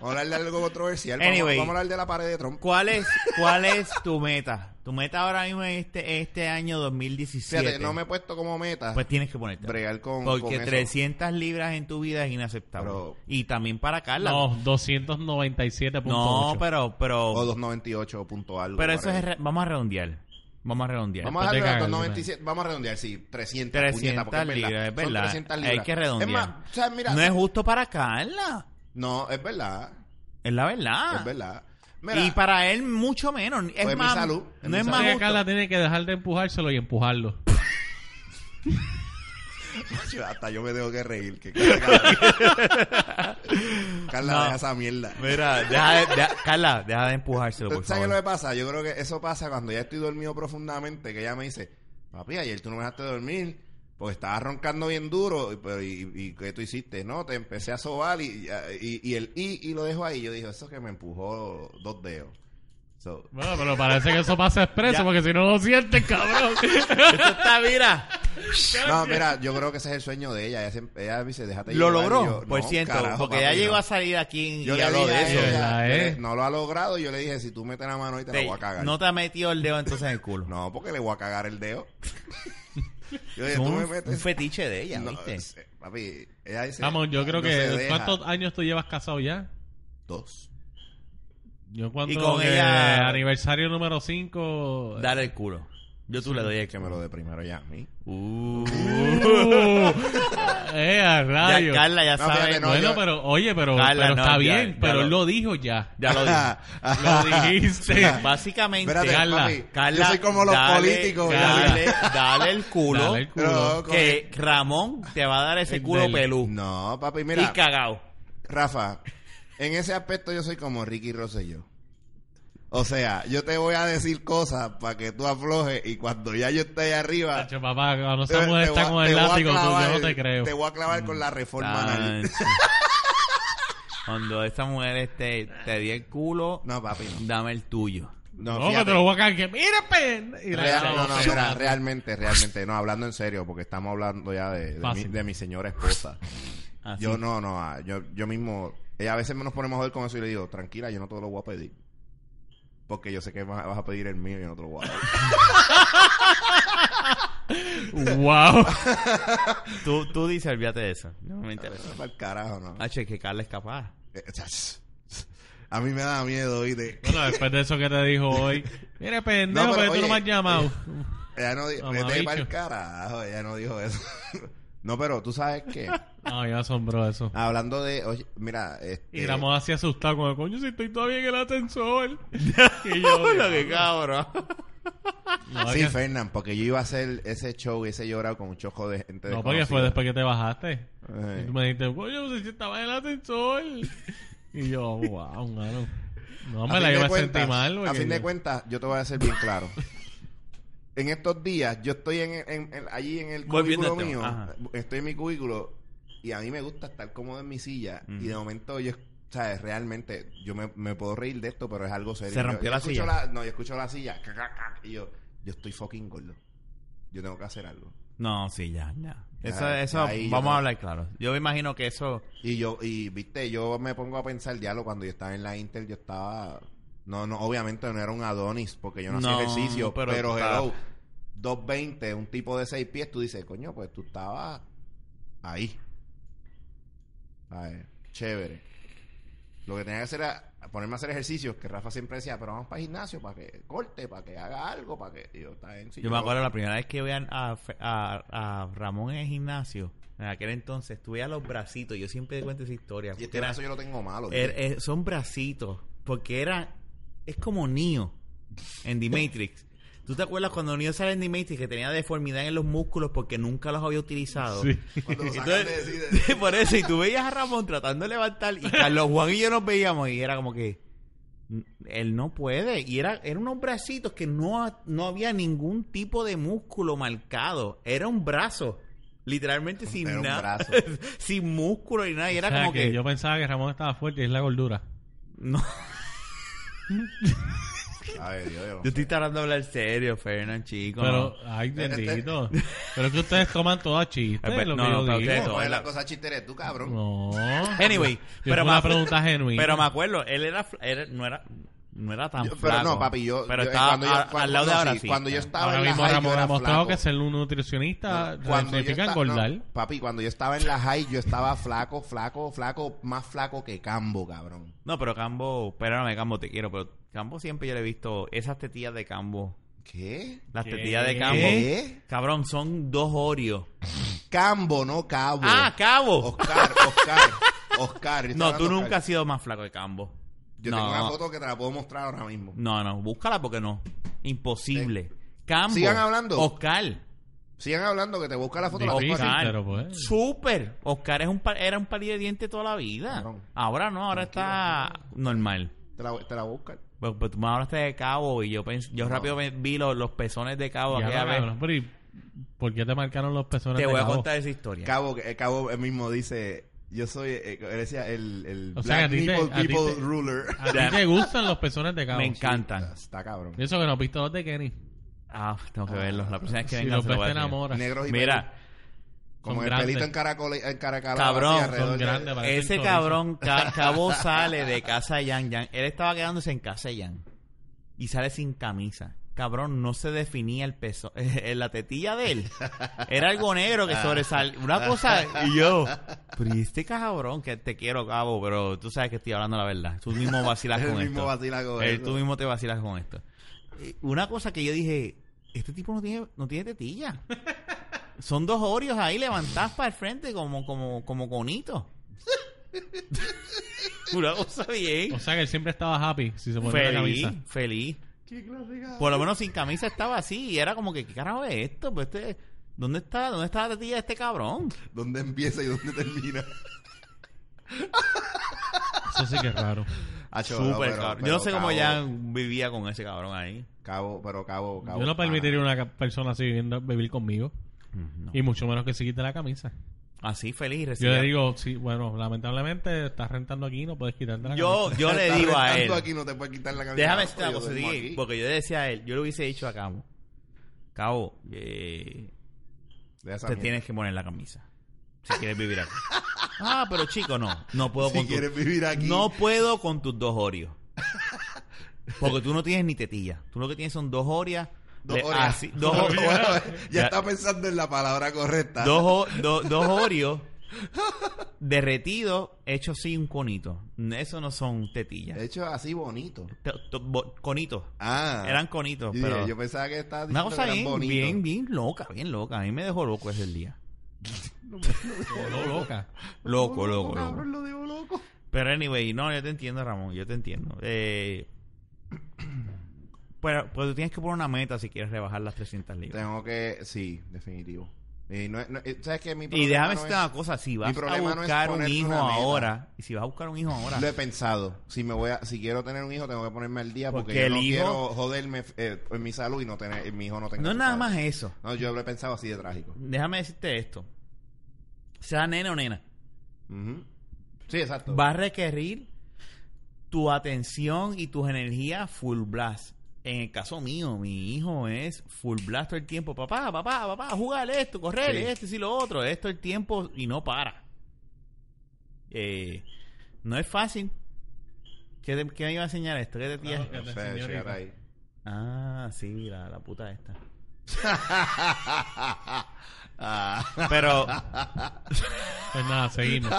S3: Vamos a hablar de algo controversial. Vamos-
S1: Anyway.
S3: Vamos, a hablar de la pared de Trump.
S1: ¿Cuál es, ¿Cuál es tu meta? Tu meta ahora mismo en este, este año 2017.
S3: Fíjate, no me he puesto como meta
S1: Pues tienes que ponerte.
S3: bregar con, con
S1: Porque
S3: eso.
S1: 300 libras en tu vida es inaceptable.
S3: Pero-
S1: Y también para Carla.
S2: No, 297.8.
S1: No, pero... pero
S3: O 298 punto algo.
S1: pero eso es...
S3: whatever.
S1: re- Vamos a redondear. Vamos a redondear.
S3: Vamos a
S2: Después de
S3: dejarlo a
S2: cagar,
S3: 297. Vamos a redondear, sí. 300,
S1: 300
S3: puñeta, porque
S1: libras, es
S3: Son
S1: verdad.
S3: 300
S1: Hay
S3: libras.
S1: que redondear.
S3: Es más, o sea, mira,
S1: no es justo para Carla.
S3: no, es verdad.
S1: Es la verdad.
S3: Es verdad. Mira,
S1: Ah. y para él mucho menos. Es
S3: Pues mi
S1: más,
S3: salud, es
S1: no
S3: mi
S1: es
S2: Entonces,
S1: más justo.
S2: Carla tiene que dejar de empujárselo y empujarlo.
S3: Hasta yo me tengo que reír. Que Carla,
S1: (laughs)
S3: Carla
S1: No.
S3: deja esa mierda.
S1: Mira, deja de, deja- Carla, deja de empujárselo, por
S3: Entonces, ¿Sabes qué es lo
S1: favor.
S3: que pasa? Yo creo que eso pasa cuando ya estoy dormido profundamente, que ella me dice, papi, ayer tú no me dejaste dormir, porque estabas roncando bien duro, y- pero ¿y, y qué tú hiciste? No, te empecé a sobar y, y, y el y, y lo dejo ahí. Yo dije, eso es que me empujó dos dedos. So,
S2: Bueno, pero parece que eso pasa expreso,
S1: Ya.
S2: porque si no lo sientes, cabrón.
S3: (laughs)
S1: Esto está, mira.
S3: no, mira, yo creo que ese es el sueño de ella. Ella, siempre- ella me dice, déjate
S1: Lo
S3: llevar". Y
S1: logró,
S3: yo,
S1: por
S3: "No,
S1: ciento.
S3: carajo,
S1: porque
S3: papi,
S1: ya
S3: no".
S1: llegó a salir aquí
S3: Yo
S1: y
S3: le
S1: habló
S3: dije
S1: de
S3: a
S1: eso.
S3: ella,
S2: ¿verdad,
S3: yo le-
S2: eh?
S3: no lo ha logrado. Y yo le dije, si tú metes la mano ahí, te, la voy a cagar.
S1: no te ha metido el dedo entonces en el culo.
S3: No, porque le voy a cagar el dedo. yo dije,
S1: Son
S3: tú
S1: un,
S3: me
S1: un
S3: metes.
S1: fetiche de ella,
S3: No,
S1: ¿viste?
S3: eh, papi, ella dice.
S2: Vamos, yo creo
S3: Este, no se
S2: que.
S3: deja.
S2: ¿Cuántos años tú llevas casado ya?
S3: Dos.
S2: Yo cuando
S1: Y con
S2: que
S1: ella-
S2: aniversario número 5.
S1: Dale el culo. Yo tú le doy el
S3: Que me
S1: culo.
S3: lo dé primero ya a mí.
S1: Uh. (laughs)
S2: uh, (laughs) eh, a
S1: ya,
S2: rayo.
S1: Carla ya
S3: No,
S1: sabe.
S3: fíjate, no,
S2: bueno,
S3: yo-
S2: pero oye, pero,
S1: Carla,
S2: pero
S1: no,
S2: está
S1: ya-
S2: bien,
S1: ya
S2: pero
S1: lo-
S2: él lo dijo ya.
S1: Ya lo dije.
S3: (laughs)
S2: Lo dijiste.
S1: Básicamente,
S3: Espérate,
S2: Carla,
S3: papi.
S1: Carla,
S3: yo soy como los
S1: dale,
S3: políticos.
S2: Carla.
S1: Dale, dale el culo.
S2: Dale el culo.
S3: No, con-
S1: que Ramón te va a dar ese
S2: El
S1: culo
S2: del-
S1: pelú.
S3: No, papi,
S1: y
S3: mira.
S1: cagao.
S3: Rafa, en ese aspecto yo soy como Ricky Rosselló. O sea, yo te voy a decir cosas para que tú aflojes y cuando ya yo esté ahí arriba...
S2: Tacho, papá, cuando
S3: te-
S2: esa mujer
S3: te
S2: está
S3: voy a-
S2: con el
S3: te voy a
S2: látigo, tú,
S3: clavar-
S2: yo no te creo.
S3: Te voy a clavar con la reforma anal.
S1: Tancho. Cuando esta mujer este, te di el culo,
S3: No, papi, no.
S1: dame el tuyo.
S3: No,
S2: No, que
S3: fíjate.
S2: te lo voy a caer. Que, mira, pen. Y la-
S3: Real- no, no,
S2: la-
S3: mira, realmente, realmente, no, hablando en serio, porque estamos hablando ya de, de mi,
S2: Fácil.
S3: de mi señora esposa.
S1: Así.
S3: Yo no, no, ah, yo, yo mismo, eh, a veces nos ponemos a joder con eso y le digo, tranquila, yo no te lo voy a pedir. Porque yo sé que vas vas a pedir el mío y yo no te lo voy a
S2: (laughs)
S3: dar. (laughs)
S2: Wow.
S1: Tú, tú dices, olvídate de eso. No me interesa.
S3: Para el carajo, ¿no?
S1: H, que Carla es capaz.
S3: Eh, chas. (laughs) A mí me da miedo, oíste.
S2: Bueno, después de eso que te dijo hoy. Mira, pendejo,
S3: No, pero,
S2: pero,
S3: oye,
S2: tú no
S3: eh,
S2: me has llamado.
S3: Ella no dijo,
S2: Mamabicho.
S3: vete para el carajo, ella no dijo eso. (laughs) no, pero tú sabes que,
S2: No, yo asombró eso.
S3: hablando de, oye, mira, este,
S1: Eh,
S2: Y Ramón así asustado con el coño, si estoy todavía en
S1: (laughs)
S2: el ascensor. y yo,
S1: Lo que cabrón.
S2: no,
S3: Sí,
S2: que-
S3: Fernán, porque yo iba a hacer ese show, ese llorado con un choco de gente
S2: no, porque fue después que te bajaste.
S3: desconocida.
S2: Y
S3: Eh,
S2: tú me dijiste, coño, si estaba en el ascensor.
S1: (laughs)
S2: Y yo, wow, mano. No, me
S3: a fin
S2: la
S3: de
S2: iba a
S3: cuentas-
S2: sentir mal.
S3: A
S2: porque
S3: fin de
S2: yo-
S3: cuentas, yo te voy a ser bien claro. en estos días, yo estoy en, en- en- allí en el
S1: Volviendo
S3: cubículo
S1: al tema,
S3: mío.
S1: ajá.
S3: Estoy en mi cubículo y a mí me gusta estar cómodo en mi silla. Y de momento yo, ¿sabes? Realmente, yo me, me puedo reír de esto, pero es algo serio.
S1: Se
S3: Yo-
S1: rompió
S3: yo
S1: la
S3: escucho
S1: silla.
S3: no, yo escucho la silla. ca, ca, ca, Y yo, yo estoy fucking gordo. Yo tengo que hacer algo.
S1: No, sí, ya, ya. Eso,
S3: Ya,
S1: eso,
S3: ahí yo
S1: vamos
S3: no-
S1: a hablar claro. Yo me imagino que eso.
S3: Y yo, y viste, yo me pongo a pensar, diálogo, cuando yo estaba en la Inter, yo estaba. No, no, obviamente no era un Adonis, porque yo no,
S1: No,
S3: hacía ejercicio,
S1: pero
S3: pero,
S1: estaba-
S3: hello, 220, un tipo de 6 pies, tú dices, coño, pues tú estabas ahí. Ay, chévere. Lo que tenía que hacer era ponerme a hacer ejercicios, que Rafa siempre decía, pero vamos para el gimnasio, para que corte, para que haga algo, para que. Y yo, está bien, sí,
S1: Yo
S3: yo
S1: me
S3: lo-
S1: acuerdo la primera vez que vean a, Fe- a, a Ramón en el gimnasio. En aquel entonces, tú veías los bracitos. Yo siempre cuento esa historia.
S3: Y
S1: porque
S3: este
S1: era-
S3: brazo yo lo tengo malo.
S1: er-
S3: ¿viste?
S1: er- son bracitos. Porque era. Es como Neo en The Matrix. ¿Tú te acuerdas cuando Neo sale en The Matrix que tenía deformidad en los músculos porque nunca los había utilizado?
S2: Sí.
S3: Cuando lo sacan
S1: Entonces,
S3: de- sí,
S1: (laughs)
S3: de-
S1: por eso, y tú veías a Ramón tratando de levantar, y Carlos Juan y yo nos veíamos, y era como que "N- él no puede. Y era, eran unos bracitos que no, ha- no había ningún tipo de músculo marcado. Era un brazo. Literalmente sin
S3: Era un
S1: nada. (laughs)
S3: brazo.
S1: sin músculo ni nada. Y era
S2: O sea,
S1: como
S2: que
S1: que.
S2: yo pensaba que Ramón estaba fuerte y es la gordura.
S1: No,
S3: Ay, Dios, yo no
S1: yo
S3: sé.
S1: estoy tratando de hablar serio, Fernan, chico. (laughs)
S2: Pero, ay, bendito. pero es que ustedes toman todo a chiste,
S1: Espera,
S2: lo que
S1: Este- Eh, pues, no, no,
S2: yo
S1: pero
S2: digo.
S1: ustedes
S3: No,
S1: no,
S3: es la
S1: la-
S3: cosa chistera, tú, cabrón.
S2: No.
S1: Anyway,
S2: Yo
S1: pero
S2: fue
S1: me
S2: una
S1: acu-
S2: pregunta genuina.
S1: Pero me acuerdo, él era, fla- era- no era. No era tan
S3: Yo- pero
S1: flaco.
S3: no, papi, yo.
S1: Pero
S3: yo- eh,
S1: estaba
S3: cuando yo-
S1: a-
S3: cuando-
S1: al lado de
S3: no,
S1: ahora
S3: sí,
S1: sí.
S3: Cuando yo estaba
S2: Ahora
S3: en la
S2: mismo
S3: high, yo
S2: Ramón ha
S3: era
S2: demostrado
S3: flaco.
S2: que ser un nutricionista
S3: No, no, cuando yo
S2: significa
S3: estaba- no,
S2: engordar.
S3: papi, cuando yo estaba en la high, yo estaba flaco, flaco, flaco, más flaco que Cambo, cabrón.
S1: No, pero Cambo, me Cambo, te quiero, pero Cambo siempre yo le he visto esas tetillas de Cambo.
S3: ¿Qué?
S1: Las
S2: ¿Qué?
S1: tetillas de Cambo.
S3: ¿Qué?
S1: Cabrón, son dos Oreos.
S3: Cambo, no Cabo.
S1: ¡Ah, Cabo!
S3: Oscar, Oscar, Oscar. yo estaba
S1: no, tú
S3: hablando de
S1: nunca
S3: Oscar.
S1: has sido más flaco que Cambo.
S3: Yo
S1: no,
S3: tengo una foto que te la puedo mostrar ahora mismo.
S1: no, no, búscala porque no. Imposible. Cambo.
S3: Sigan hablando.
S1: Oscar.
S3: Sigan hablando que te busca la foto. la
S2: Difícil,
S3: busco aquí.
S1: Oscar.
S2: pero pues.
S1: Súper. Oscar es un pa- era un palillo de diente toda la vida.
S3: Cabrón.
S1: Ahora no, ahora está normal.
S3: Te la, te la voy a buscar.
S1: Pero, pero tú me hablaste de Cabo y yo pens- yo rápido me- vi los, los pezones de Cabo
S2: Ya,
S1: aquella vez.
S2: cabrón, pero ¿y ¿Por qué te marcaron los personajes?
S1: Te
S2: de
S1: voy a
S2: cabo?
S1: contar esa historia.
S3: Cabo, eh, Cabo él mismo dice, Yo soy, eh, él decía, el, el
S2: O
S3: Black
S2: sea, que a ti te-
S3: Nipple
S2: a ti
S3: People
S2: te-
S3: Ruler. (laughs)
S2: A ti te gustan los personas de caos.
S1: Me encantan.
S3: Está cabrón.
S2: Y eso que no has visto los de Kenny.
S1: Ah, tengo que verlos. La próxima vez que
S2: Si
S1: vengan
S2: los
S1: se lo
S2: ves
S1: voy
S2: te
S1: a decir.
S2: enamoras.
S3: Negros y
S1: Mira,
S3: Como
S2: son
S3: el
S2: grandes.
S3: pelito en caracol, en caracalado,
S1: Cabrón,
S3: así
S1: son
S3: alrededor de-
S2: grandes, parecen
S1: ese
S2: chorizo.
S1: cabrón, ca- Cabo sale de casa de Yang Yang. Él estaba quedándose en casa de Yang. Y sale sin camisa. Cabrón, no se definía el peso. (laughs) En la tetilla de él. Era algo negro que sobresale. Una cosa. Y yo. Pero ¿y este cabrón, que te quiero, cabo, pero tú sabes que estoy hablando la verdad. Tú mismo
S3: (laughs)
S1: vacilas
S3: Él
S1: con
S3: mismo
S1: esto.
S3: vacila con
S1: Él-
S3: eso.
S1: tú mismo te vacilas con esto. Eh, Una cosa que yo dije, este tipo no tiene, no tiene tetilla. Son dos orios ahí levantadas para el frente como, como, como conito. (laughs) Una cosa bien.
S2: O sea que él siempre estaba happy si se ponía la
S1: Feliz,
S2: camisa.
S1: feliz.
S3: Qué clásica.
S1: Por lo menos sin camisa estaba así. Y era como que, ¿qué carajo es esto? Pues este, ¿dónde está, ¿Dónde está la tetilla de este cabrón?
S3: ¿Dónde empieza y
S1: (laughs)
S3: dónde termina?
S2: Eso sí que es raro.
S3: Hacho, no,
S1: Súper
S3: pero-
S1: cabrón. Yo
S3: pero
S1: no sé cómo
S3: Cabo-
S1: ya vivía con ese cabrón ahí.
S3: Cabo, pero cabo, cabo.
S2: Yo no
S3: pana.
S2: permitiría a una ca- persona así viviendo, vivir conmigo.
S1: No.
S2: Y mucho menos que se quite la camisa.
S1: Así feliz y
S2: Yo
S1: recibía-
S2: le digo, sí, bueno, lamentablemente estás rentando aquí y no puedes quitarte la
S1: yo, yo
S2: (laughs)
S1: le
S3: Estás
S1: digo a él.
S3: rentando aquí, no te puedes quitar la camisa.
S1: Déjame decirte una
S3: Yo
S1: cosa,
S3: duermo
S1: Diggy,
S3: aquí.
S1: porque yo le decía a él, yo le hubiese dicho a Cabo, Cabo, eh,
S3: Deja esa
S1: te
S3: mierda. (laughs)
S1: tienes que poner la camisa si quieres vivir aquí. (laughs) ah, pero chico, no, no puedo
S3: Si
S1: con tu-
S3: quieres vivir aquí.
S1: no puedo con tus dos orios. Porque tú no tienes ni tetilla, tú lo que tienes son dos orias,
S3: Dos
S1: le-
S3: horas.
S1: así, dos,
S3: Bueno,
S1: o-
S3: (laughs) ya,
S1: Ya.
S3: está pensando en la palabra correcta.
S1: dos, o- do- dos orios derretidos, hechos así un conito. Eso no son tetillas,
S3: De hecho, así bonito.
S1: To- to- bo- conitos,
S3: Ah.
S1: eran conitos,
S3: Yo
S1: pero
S3: dije, Yo pensaba que estaba
S1: Una
S3: diciendo
S1: cosa
S3: que eran
S1: bien,
S3: bonitos.
S1: bien, bien loca, bien loca. A mí me dejó loco ese día.
S2: camisa. loca.
S1: Loco, loco,
S3: Cabrón,
S1: loco.
S3: lo digo loco.
S1: Pero anyway, no, yo te entiendo, Ramón, yo te entiendo. Eh, (clears throat) pero, pero tú tienes que poner una meta si quieres rebajar las 300 libras.
S3: Tengo que... Sí, definitivo. Y no, es- no- eh, ¿Sabes qué? Mi
S1: Y
S3: problema
S1: déjame
S3: no
S1: decirte
S3: es-
S1: una cosa, si vas a
S3: problema no es
S1: buscar un
S3: ponerte
S1: hijo
S3: una meta.
S1: ahora, y si vas a buscar un hijo ahora,
S3: Lo he pensado. Si me voy a, si quiero tener un hijo, tengo que ponerme al día porque,
S1: Porque
S3: yo
S1: el
S3: no
S1: hijo-
S3: quiero joderme eh, en mi salud y no tener, mi hijo no tenga.
S1: no es
S3: su
S1: nada
S3: salud.
S1: más eso.
S3: No, yo lo he pensado así de trágico.
S1: Déjame decirte esto. Sea nena o nena,
S3: Ujú. Sí, exacto.
S1: va a requerir tu atención y tus energías full blast. En el caso mío, mi hijo es full blast todo el tiempo. Papá, papá, papá, jugar esto, correr
S3: Sí.
S1: esto y lo otro. Esto el tiempo y no para. Eh, no es fácil. ¿Qué, te- qué me iba a enseñar esto? ¿Qué te
S2: Claro,
S1: tienes?
S3: No sé,
S2: Señorita.
S3: llegar ahí.
S1: Ah, sí, la, la puta
S3: (laughs)
S1: esta. Pero,
S2: Pues nada, seguimos.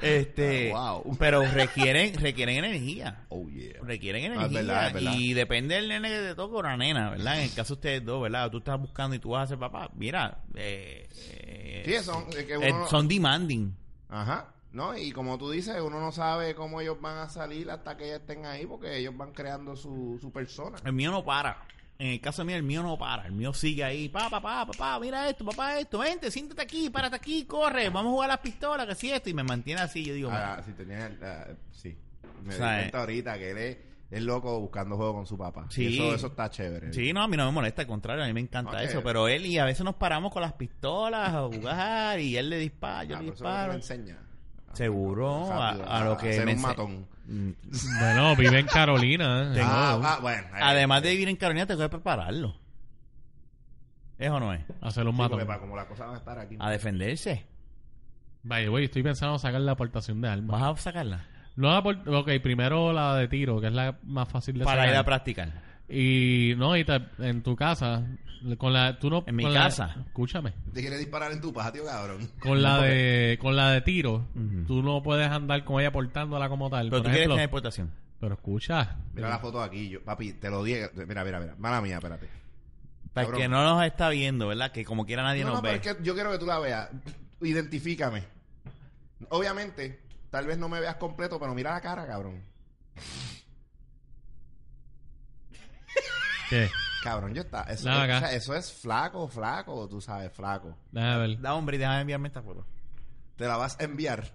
S1: este,
S3: Ah, wow.
S1: pero requieren, requieren energía.
S3: (laughs) oh yeah.
S1: requieren
S3: Ah,
S1: energía
S3: es verdad, es verdad.
S1: y depende del nene que te toque o la nena, ¿verdad? En el caso de ustedes dos, ¿verdad? Tú estás buscando y tú vas a ser papá. Mira, eh, eh,
S3: Sí, son, es que uno
S1: eh,
S3: no-
S1: son demanding.
S3: Ajá. No, y como tú dices, uno no sabe cómo ellos van a salir hasta que ya estén ahí porque ellos van creando su, su persona.
S1: El mío no para. En el caso mío, el mío no para. El mío sigue ahí. Papá, papá, papá, mira esto, papá, esto. Vente, siéntate aquí, párate aquí, corre. Vamos a jugar a las pistolas, que si esto. Y me mantiene así. Yo digo,
S3: Ah, si tenías el- ah, sí. Me
S1: O sea,
S3: di
S1: eh.
S3: cuenta ahorita que él es, es loco buscando juego con su papá.
S1: Sí.
S3: Y eso, eso está chévere.
S1: Sí, no, a mí no me molesta, al contrario, a mí me encanta
S3: eh. Ok.
S1: eso. Pero él y a veces nos paramos con las pistolas a jugar y él le dispara, yo
S3: Ah,
S1: le
S3: pero eso es lo que
S1: disparo.
S3: le enseña. Ah,
S1: Seguro, a-
S3: Rápido,
S1: a lo que
S3: ser
S1: me
S3: un
S1: ense-
S3: matón.
S1: Mm,
S2: bueno, vive en Carolina. ¿eh?
S1: Tengo-
S3: Ah, ah, bueno. eh,
S1: Además de vivir en Carolina, tengo que prepararlo. ¿Es o no es?
S2: Hacer un
S3: sí,
S2: mato.
S3: porque para como las cosas van a estar aquí.
S1: A defenderse.
S2: Vaya, güey, estoy pensando sacar la aportación de armas.
S1: ¿Vas a sacarla?
S2: No la aport- ok, primero la de tiro, que es la más fácil de
S1: Para
S2: sacar.
S1: ir a practicar.
S2: Y no, y te- en tu casa, con la, tú no,
S1: En mi
S2: con la-
S1: casa.
S2: escúchame,
S3: ¿Te quieres disparar en tu patio, cabrón?
S2: con la de, con la de tiro,
S1: Ujú.
S2: tú no puedes andar con ella portándola como tal.
S1: Mm. Pero
S2: Por
S1: tú quieres
S2: ejemplo-
S1: tener exportación.
S2: pero escucha,
S3: Mira la foto aquí. Yo, papi, te lo dije. Mira, mira, mira. Mala mía, espérate.
S1: Para el
S3: Cabrón.
S1: que no nos está viendo, ¿verdad? Que como quiera nadie
S3: No, no,
S1: nos
S3: pero
S1: ve.
S3: es que yo quiero que tú la veas. Identifícame. Obviamente, tal vez no me veas completo, pero mira la cara, cabrón.
S2: ¿qué?
S3: Cabrón, yo está. Eso,
S2: La
S3: o sea,
S2: acá.
S3: eso es flaco, flaco, tú sabes, flaco.
S2: Déjame ver.
S1: Da hombre y déjame enviarme esta foto.
S3: Te la vas a enviar. (laughs)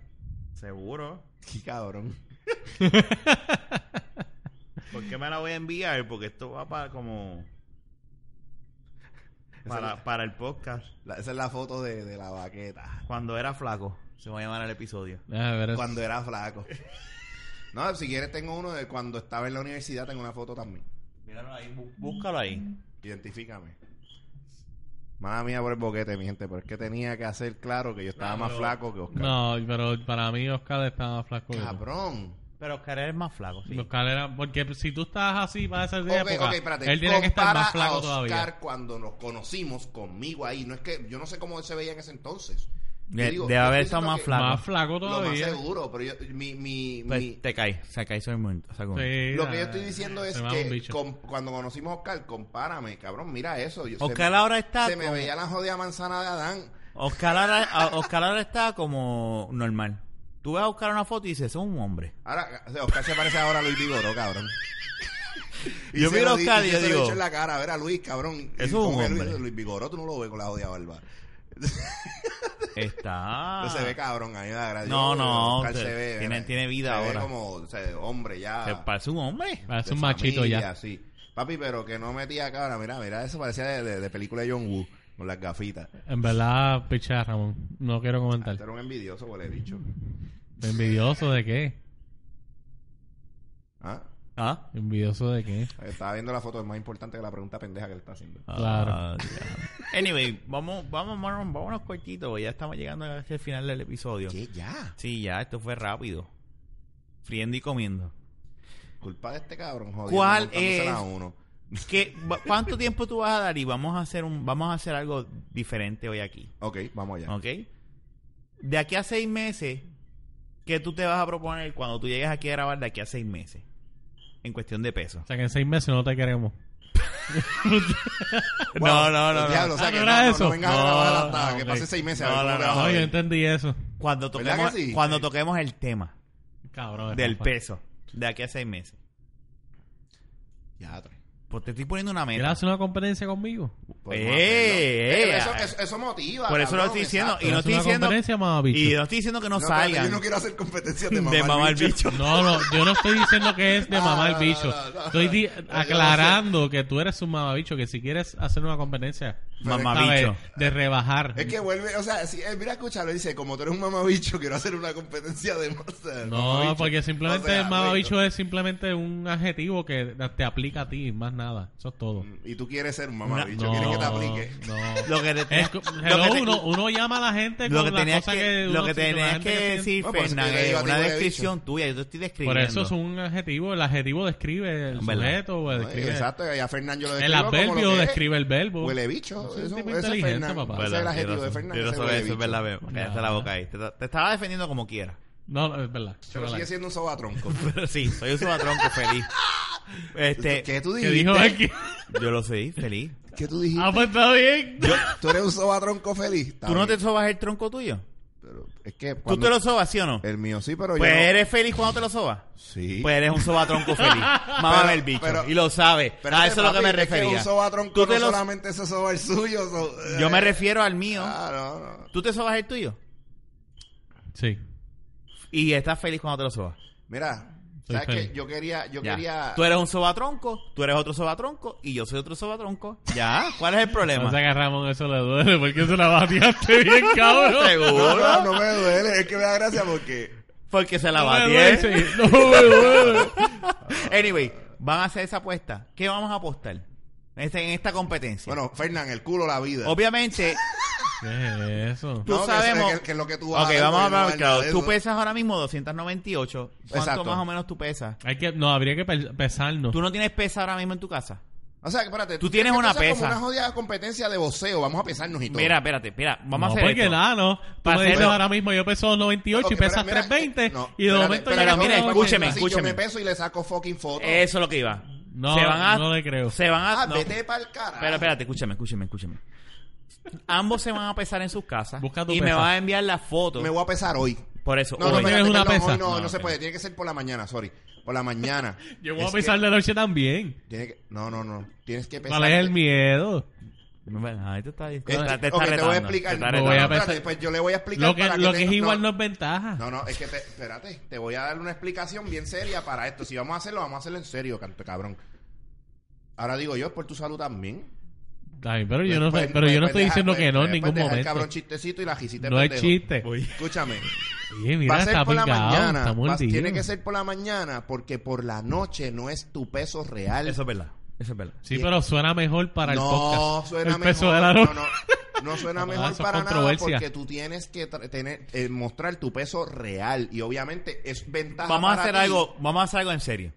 S1: Seguro.
S3: Qué cabrón.
S1: (laughs) ¿Por qué me la voy a enviar? Porque esto va para como... para, para el podcast.
S3: La- esa es la foto de, de la baqueta.
S1: Cuando era flaco, se va a llamar el episodio.
S2: Déjame ver eso.
S3: Cuando era flaco. No, si quieres tengo uno de cuando estaba en la universidad, tengo una foto también.
S1: Míralo ahí, bú- búscalo ahí.
S3: Identifícame. Mala mía por el boquete, mi gente, pero es que tenía que hacer claro que yo estaba más flaco que Oscar.
S2: No, pues pero para mí Oscar estaba más flaco.
S1: Ah,
S2: que yo.
S3: Cabrón.
S1: Pero Oscar es más flaco, sí.
S2: Oscar era... Porque si tú estabas así para esa
S3: Ok,
S2: época,
S3: ok, espérate.
S2: él tiene que estar
S3: Compara
S2: más
S3: a
S2: flaco
S3: Oscar
S2: todavía.
S3: cuando nos conocimos conmigo ahí. No es que yo no sé cómo él se veía en ese entonces. Yo
S1: De-
S3: digo,
S1: debe
S3: yo
S1: haber
S3: estoy
S1: estado
S3: diciendo
S1: más
S3: que
S1: flaco.
S2: Más flaco
S3: Lo más
S2: todavía.
S3: seguro, pero yo- mi, mi,
S1: Pues
S3: mi-
S1: te cae, se cae sobre el momento. segundo.
S2: Sí,
S3: lo que
S2: nah,
S3: yo estoy diciendo es
S2: se mama un
S3: que
S2: bicho.
S3: com- cuando conocimos a Oscar, compárame, cabrón, mira eso. Yo, se
S1: Oscar
S3: me-
S1: ahora está
S3: Se me
S1: como-
S3: veía la jodida manzana de Adán.
S1: Oscar ahora, a- Oscar ahora está como normal. Tú ves a Oscar una foto y dices, es un hombre.
S3: Ahora, o sea, Oscar se parece ahora a Luis Vigoró, cabrón.
S1: Yo
S3: se
S1: miro a
S3: lo di-
S1: Oscar y yo
S3: se lo he
S1: digo-
S3: dicho en la cara, a ver a Luis, cabrón.
S1: Es
S3: Y
S1: un
S3: como que Luis,
S1: hombre.
S3: Luis Vigoró, tú no lo ves con la jodida barba.
S1: Está...
S3: Se ve cabrón, a mí me da gracia.
S1: Ah. No,
S3: Yo,
S1: no,
S3: Oscar
S1: se-
S3: se ve,
S1: tiene-
S3: mira,
S1: tiene vida
S3: se ve
S1: ahora.
S3: como, o sea, hombre ya.
S1: Se parece un hombre.
S2: Parece
S3: de
S2: un machito
S3: familia,
S2: ya.
S3: sí. Papi, pero que no metía cara. Mira, mira, eso parecía de, de- de película de John Woo, con las gafitas.
S2: En verdad, picha Ramón. No quiero
S3: Este
S2: comentar.
S3: era un envidioso, huele bicho.
S2: ¿Envidioso de qué?
S3: ¿Ah?
S1: ¿Ah?
S2: ¿Envidioso de qué?
S3: Estaba viendo la foto, es más importante que la pregunta pendeja que le está haciendo.
S2: Claro.
S1: Ah, ya. anyway, vamos, vamos, vamos, vámonos cortito. Ya estamos llegando al al final del episodio.
S3: ¿Qué? Ya.
S1: Sí, ya, esto fue rápido. Friendo y comiendo.
S3: Culpa de este cabrón, jodido.
S1: ¿Cuál
S3: montándosela
S1: es?
S3: a uno.
S1: ¿Qué, va- ¿Cuánto tiempo tú vas a dar? Y vamos a hacer un, vamos a hacer algo diferente hoy aquí.
S3: Ok, vamos allá.
S1: ¿Ok? De aquí a seis meses, ¿qué tú te vas a proponer cuando tú llegues aquí a grabar de aquí a seis meses? En cuestión de peso.
S3: (laughs)
S2: O sea que en seis meses no te queremos.
S1: no, no, no. no.
S3: Diablo, o sea,
S2: Ah,
S3: que
S2: ¿no
S3: no,
S2: era
S3: no,
S2: eso?
S3: no vengas a
S2: No,
S3: grabar hasta
S2: no,
S3: que
S2: ok.
S3: pase seis meses.
S1: No,
S3: a ver
S1: no,
S3: cómo le vas a
S2: No, yo
S3: ver.
S2: entendí eso.
S1: Cuando
S3: ¿Verdad
S1: toquemos,
S3: que sí?
S1: cuando
S3: Sí.
S1: toquemos el tema
S2: Cabrón.
S1: del
S2: papá.
S1: peso de aquí a seis meses.
S3: Ya, tres.
S1: Pues te estoy poniendo una
S2: ¿Quieres
S1: meta.
S2: hacer una competencia conmigo?
S3: Pues,
S1: Eh,
S3: vamos a hacerlo.
S1: eh,
S3: Pero eso,
S1: ah.
S3: eso, eso motiva.
S1: Por eso lo
S3: cabrón,
S1: estoy diciendo,
S3: exacto.
S1: Y no estoy
S2: ¿Quieres hacer una
S1: diciendo-
S2: competencia, mamá,
S1: Y
S2: bicho?
S1: no estoy diciendo que no,
S3: No, espérate,
S1: salgan
S3: Yo no quiero hacer competencia de mamá.
S1: (laughs) de mamá al bicho.
S2: No, no, yo no estoy diciendo que es de
S3: No,
S2: mamá el
S3: Ah, no,
S2: bicho.
S3: no, no, no.
S2: Estoy di-
S3: Yo no sé.
S2: aclarando que tú eres un mamabicho, que si quieres hacer una competencia,
S3: (laughs) Pero-
S2: ¿sabes?
S1: Mamabicho.
S2: De rebajar.
S3: Es que vuelve, o sea, si, eh, mira, escúchalo, dice, como tú eres un mamabicho, quiero hacer una competencia de más, eh,
S2: No,
S3: mamabicho.
S2: porque simplemente
S3: O sea,
S2: el mamabicho es simplemente un adjetivo que te aplica a ti, más nada. Eso es todo.
S3: Y tú quieres ser un mamabicho,
S2: No,
S3: quieres Mm, que te aplique.
S2: No.
S1: Lo que te-
S2: Es co-
S1: lo
S2: hello,
S1: que te-
S2: uno, uno llama a la gente
S1: lo que
S2: con las
S1: tenías
S2: cosas
S1: que,
S2: que,
S1: lo
S2: uno
S1: que
S2: siente, la
S1: tenías
S2: gente
S1: que
S2: siente.
S1: decir,
S3: No, por eso Pues, que yo
S1: Fernández,
S3: digo a ti,
S1: una
S3: huele
S1: descripción tuya. Yo te estoy
S2: Por
S1: describiendo.
S2: eso es un adjetivo. El adjetivo describe el
S1: En verdad.
S2: sujeto. o
S3: No,
S2: describe
S3: Exacto, y a Fernán yo lo
S2: El
S3: describo como lo
S2: adverbio
S3: que es.
S2: describe el verbo.
S3: Huele bicho.
S2: Es un
S3: eso-
S2: tipo
S3: ese es
S2: inteligente,
S3: Fernán.
S2: papá.
S3: Ese es el
S1: Verdad,
S3: adjetivo de
S1: tienes
S3: Fernán.
S1: razón. Tienes
S3: ese huele
S1: razón,
S3: bicho.
S1: es verdad. ve- Cállate la boca ahí. Te, te estaba defendiendo como quiera. (laughs)
S2: No, no, es verdad.
S3: Pero sigue siendo un sobatronco.
S1: Pero sí, soy un subatronco feliz. Este,
S3: ¿Qué tú
S2: Que
S3: dijiste?
S2: dijo aquí.
S1: Yo lo soy, feliz.
S3: ¿Qué tú dijiste?
S2: (laughs) Ah, pues está bien.
S3: Tú eres un sobatronco feliz. Está
S1: ¿Tú no te
S3: bien,
S1: sobas el tronco tuyo?
S3: pero es que
S1: ¿Tú
S3: cuando-
S1: te lo sobas, sí o no?
S3: El mío sí, pero yo
S1: Pues
S3: no-
S1: eres feliz cuando te lo sobas.
S3: Sí.
S1: Pues eres un sobatronco
S3: (laughs)
S1: feliz. Mamá
S3: Pero-
S1: el bicho.
S3: pero-
S1: y lo sabes.
S3: Espérate,
S1: A Ah, eso es lo que
S3: papi,
S1: me
S3: Es que
S1: refería.
S3: un sobatronco
S1: Tú
S3: no
S1: te lo-
S3: solamente se soba el suyo. so-
S1: Yo me
S3: eh,
S1: refiero al mío.
S3: Ah, no, no.
S1: ¿Tú te sobas el tuyo?
S2: Sí.
S1: Y estás feliz cuando te lo sobas.
S3: Mira,
S2: Soy
S3: ¿sabes
S2: feliz.
S3: qué? Yo quería, yo
S1: Ya.
S3: quería...
S1: Tú eres un sobatronco, tú eres otro sobatronco y yo soy otro sobatronco. Ya, ¿cuál es el
S2: (laughs)
S1: problema?
S2: No sé que a Ramón eso le duele porque se la
S3: (laughs)
S2: bateaste bien, cabrón.
S3: No,
S1: Seguro,
S3: no, no me duele, es que me da gracia porque...
S1: porque se la
S2: No me
S1: batí.
S2: duele, sí. No me duele.
S1: Anyway, van a hacer esa apuesta. ¿Qué vamos a apostar en, este- en esta competencia?
S3: Bueno, Fernán, el culo, la vida.
S1: Obviamente,
S2: ¿Qué es eso?
S1: tú
S3: No, que eso es-
S1: sabemos...
S3: que- que es lo que tú vas a
S1: ok,
S3: hacer,
S1: vamos a
S3: porque no
S1: hablar
S3: hay
S1: claro.
S3: nada de
S1: Tú
S3: eso.
S1: pesas ahora mismo 298. ¿Cuánto
S3: Exacto.
S1: más o menos tú pesas?
S2: Hay que, no, habría que pe- pesarnos.
S1: Tú no tienes pesa ahora mismo en tu casa.
S3: O sea, que, espérate.
S1: Tú tienes
S3: que
S1: una
S3: empezar
S1: pesa.
S3: Como una jodida competencia de voceo, vamos a pesarnos y todo.
S1: Mira, espérate, espera, vamos
S2: no,
S1: a hacer
S2: porque
S1: esto.
S2: nada, no. Tú me
S1: hacerlo-
S2: dices ahora mismo, yo peso 98
S3: Ok,
S2: y pesas
S3: pero mira,
S2: 320
S3: no,
S2: y de
S3: espérate,
S2: momento
S3: espérate,
S2: llegas
S1: Pero mira,
S2: a 90.
S1: escúcheme,
S3: Si
S1: escúcheme.
S3: yo me peso y le saco fucking fotos.
S1: Eso es lo que iba.
S2: No,
S1: se van a,
S2: no le creo.
S1: Se van a.
S3: Ah,
S1: no.
S3: vete para el carajo.
S1: Pero espérate, escúchame, escúchame, escúchame. Ambos se van a pesar en sus casas
S2: Busca tu
S1: y me
S2: pesa.
S1: van a enviar la foto.
S3: Me voy a pesar hoy.
S1: Por eso,
S3: No, no,
S1: hoy.
S2: pero-
S3: espérate,
S2: ¿Tienes una
S3: perdón,
S2: pesa?
S3: hoy no,
S2: No,
S3: no, se
S2: ok.
S3: puede. Tiene que ser por la mañana, sorry. Por
S1: (laughs)
S3: la mañana.
S2: Yo voy
S3: Es
S2: a
S3: que-
S2: pesar de noche también.
S3: tiene que- no, no, no. Tienes que pesar.
S2: ¿Cuál es el miedo?
S1: Bueno, ahí te está, te
S3: Es que-
S1: está- te está
S3: Eh, ok, te voy a
S1: retando,
S3: explicar.
S1: te está
S3: No,
S2: voy a
S1: retando.
S3: espérate,
S2: pensar-
S3: pues yo le voy a explicar.
S2: Lo que,
S3: para
S2: lo que
S3: tenga-
S2: es igual
S3: no,
S2: no es ventaja.
S3: no, no, es que te, espérate, te voy a dar una explicación bien seria para esto. Si vamos a hacerlo, vamos a hacerlo en serio, canto cabrón. Ahora digo yo, es por tu salud también.
S2: Está bien, pero yo no,
S3: Pues,
S2: sé- pero yo no
S3: pues,
S2: estoy
S3: deja-
S2: diciendo
S3: pues,
S2: que no en
S3: pues,
S2: ningún
S3: deja El
S2: momento.
S3: cabrón chistecito y la jisita
S2: No es
S3: pendejo.
S2: chiste.
S1: Voy.
S3: Escúchame.
S2: Oye, mira,
S3: va a ser
S2: está
S3: por la
S2: picado.
S3: mañana.
S2: Está
S3: va-
S2: mordido.
S3: tiene que ser por la mañana porque por la noche no es tu peso real.
S1: Eso es verdad. Eso es verdad.
S2: Sí, pero suena mejor para el
S3: no
S2: podcast.
S3: suena
S2: el peso
S3: mejor.
S2: de la
S3: no,
S2: noche.
S3: no, no suena
S2: Ah,
S3: mejor
S2: eso es
S3: para nada
S2: controversia.
S3: porque tú tienes que tra- tener, eh, mostrar tu peso real y obviamente es ventaja.
S1: Vamos a
S3: para
S1: hacer
S3: ti.
S1: algo, vamos a hacer algo en serio.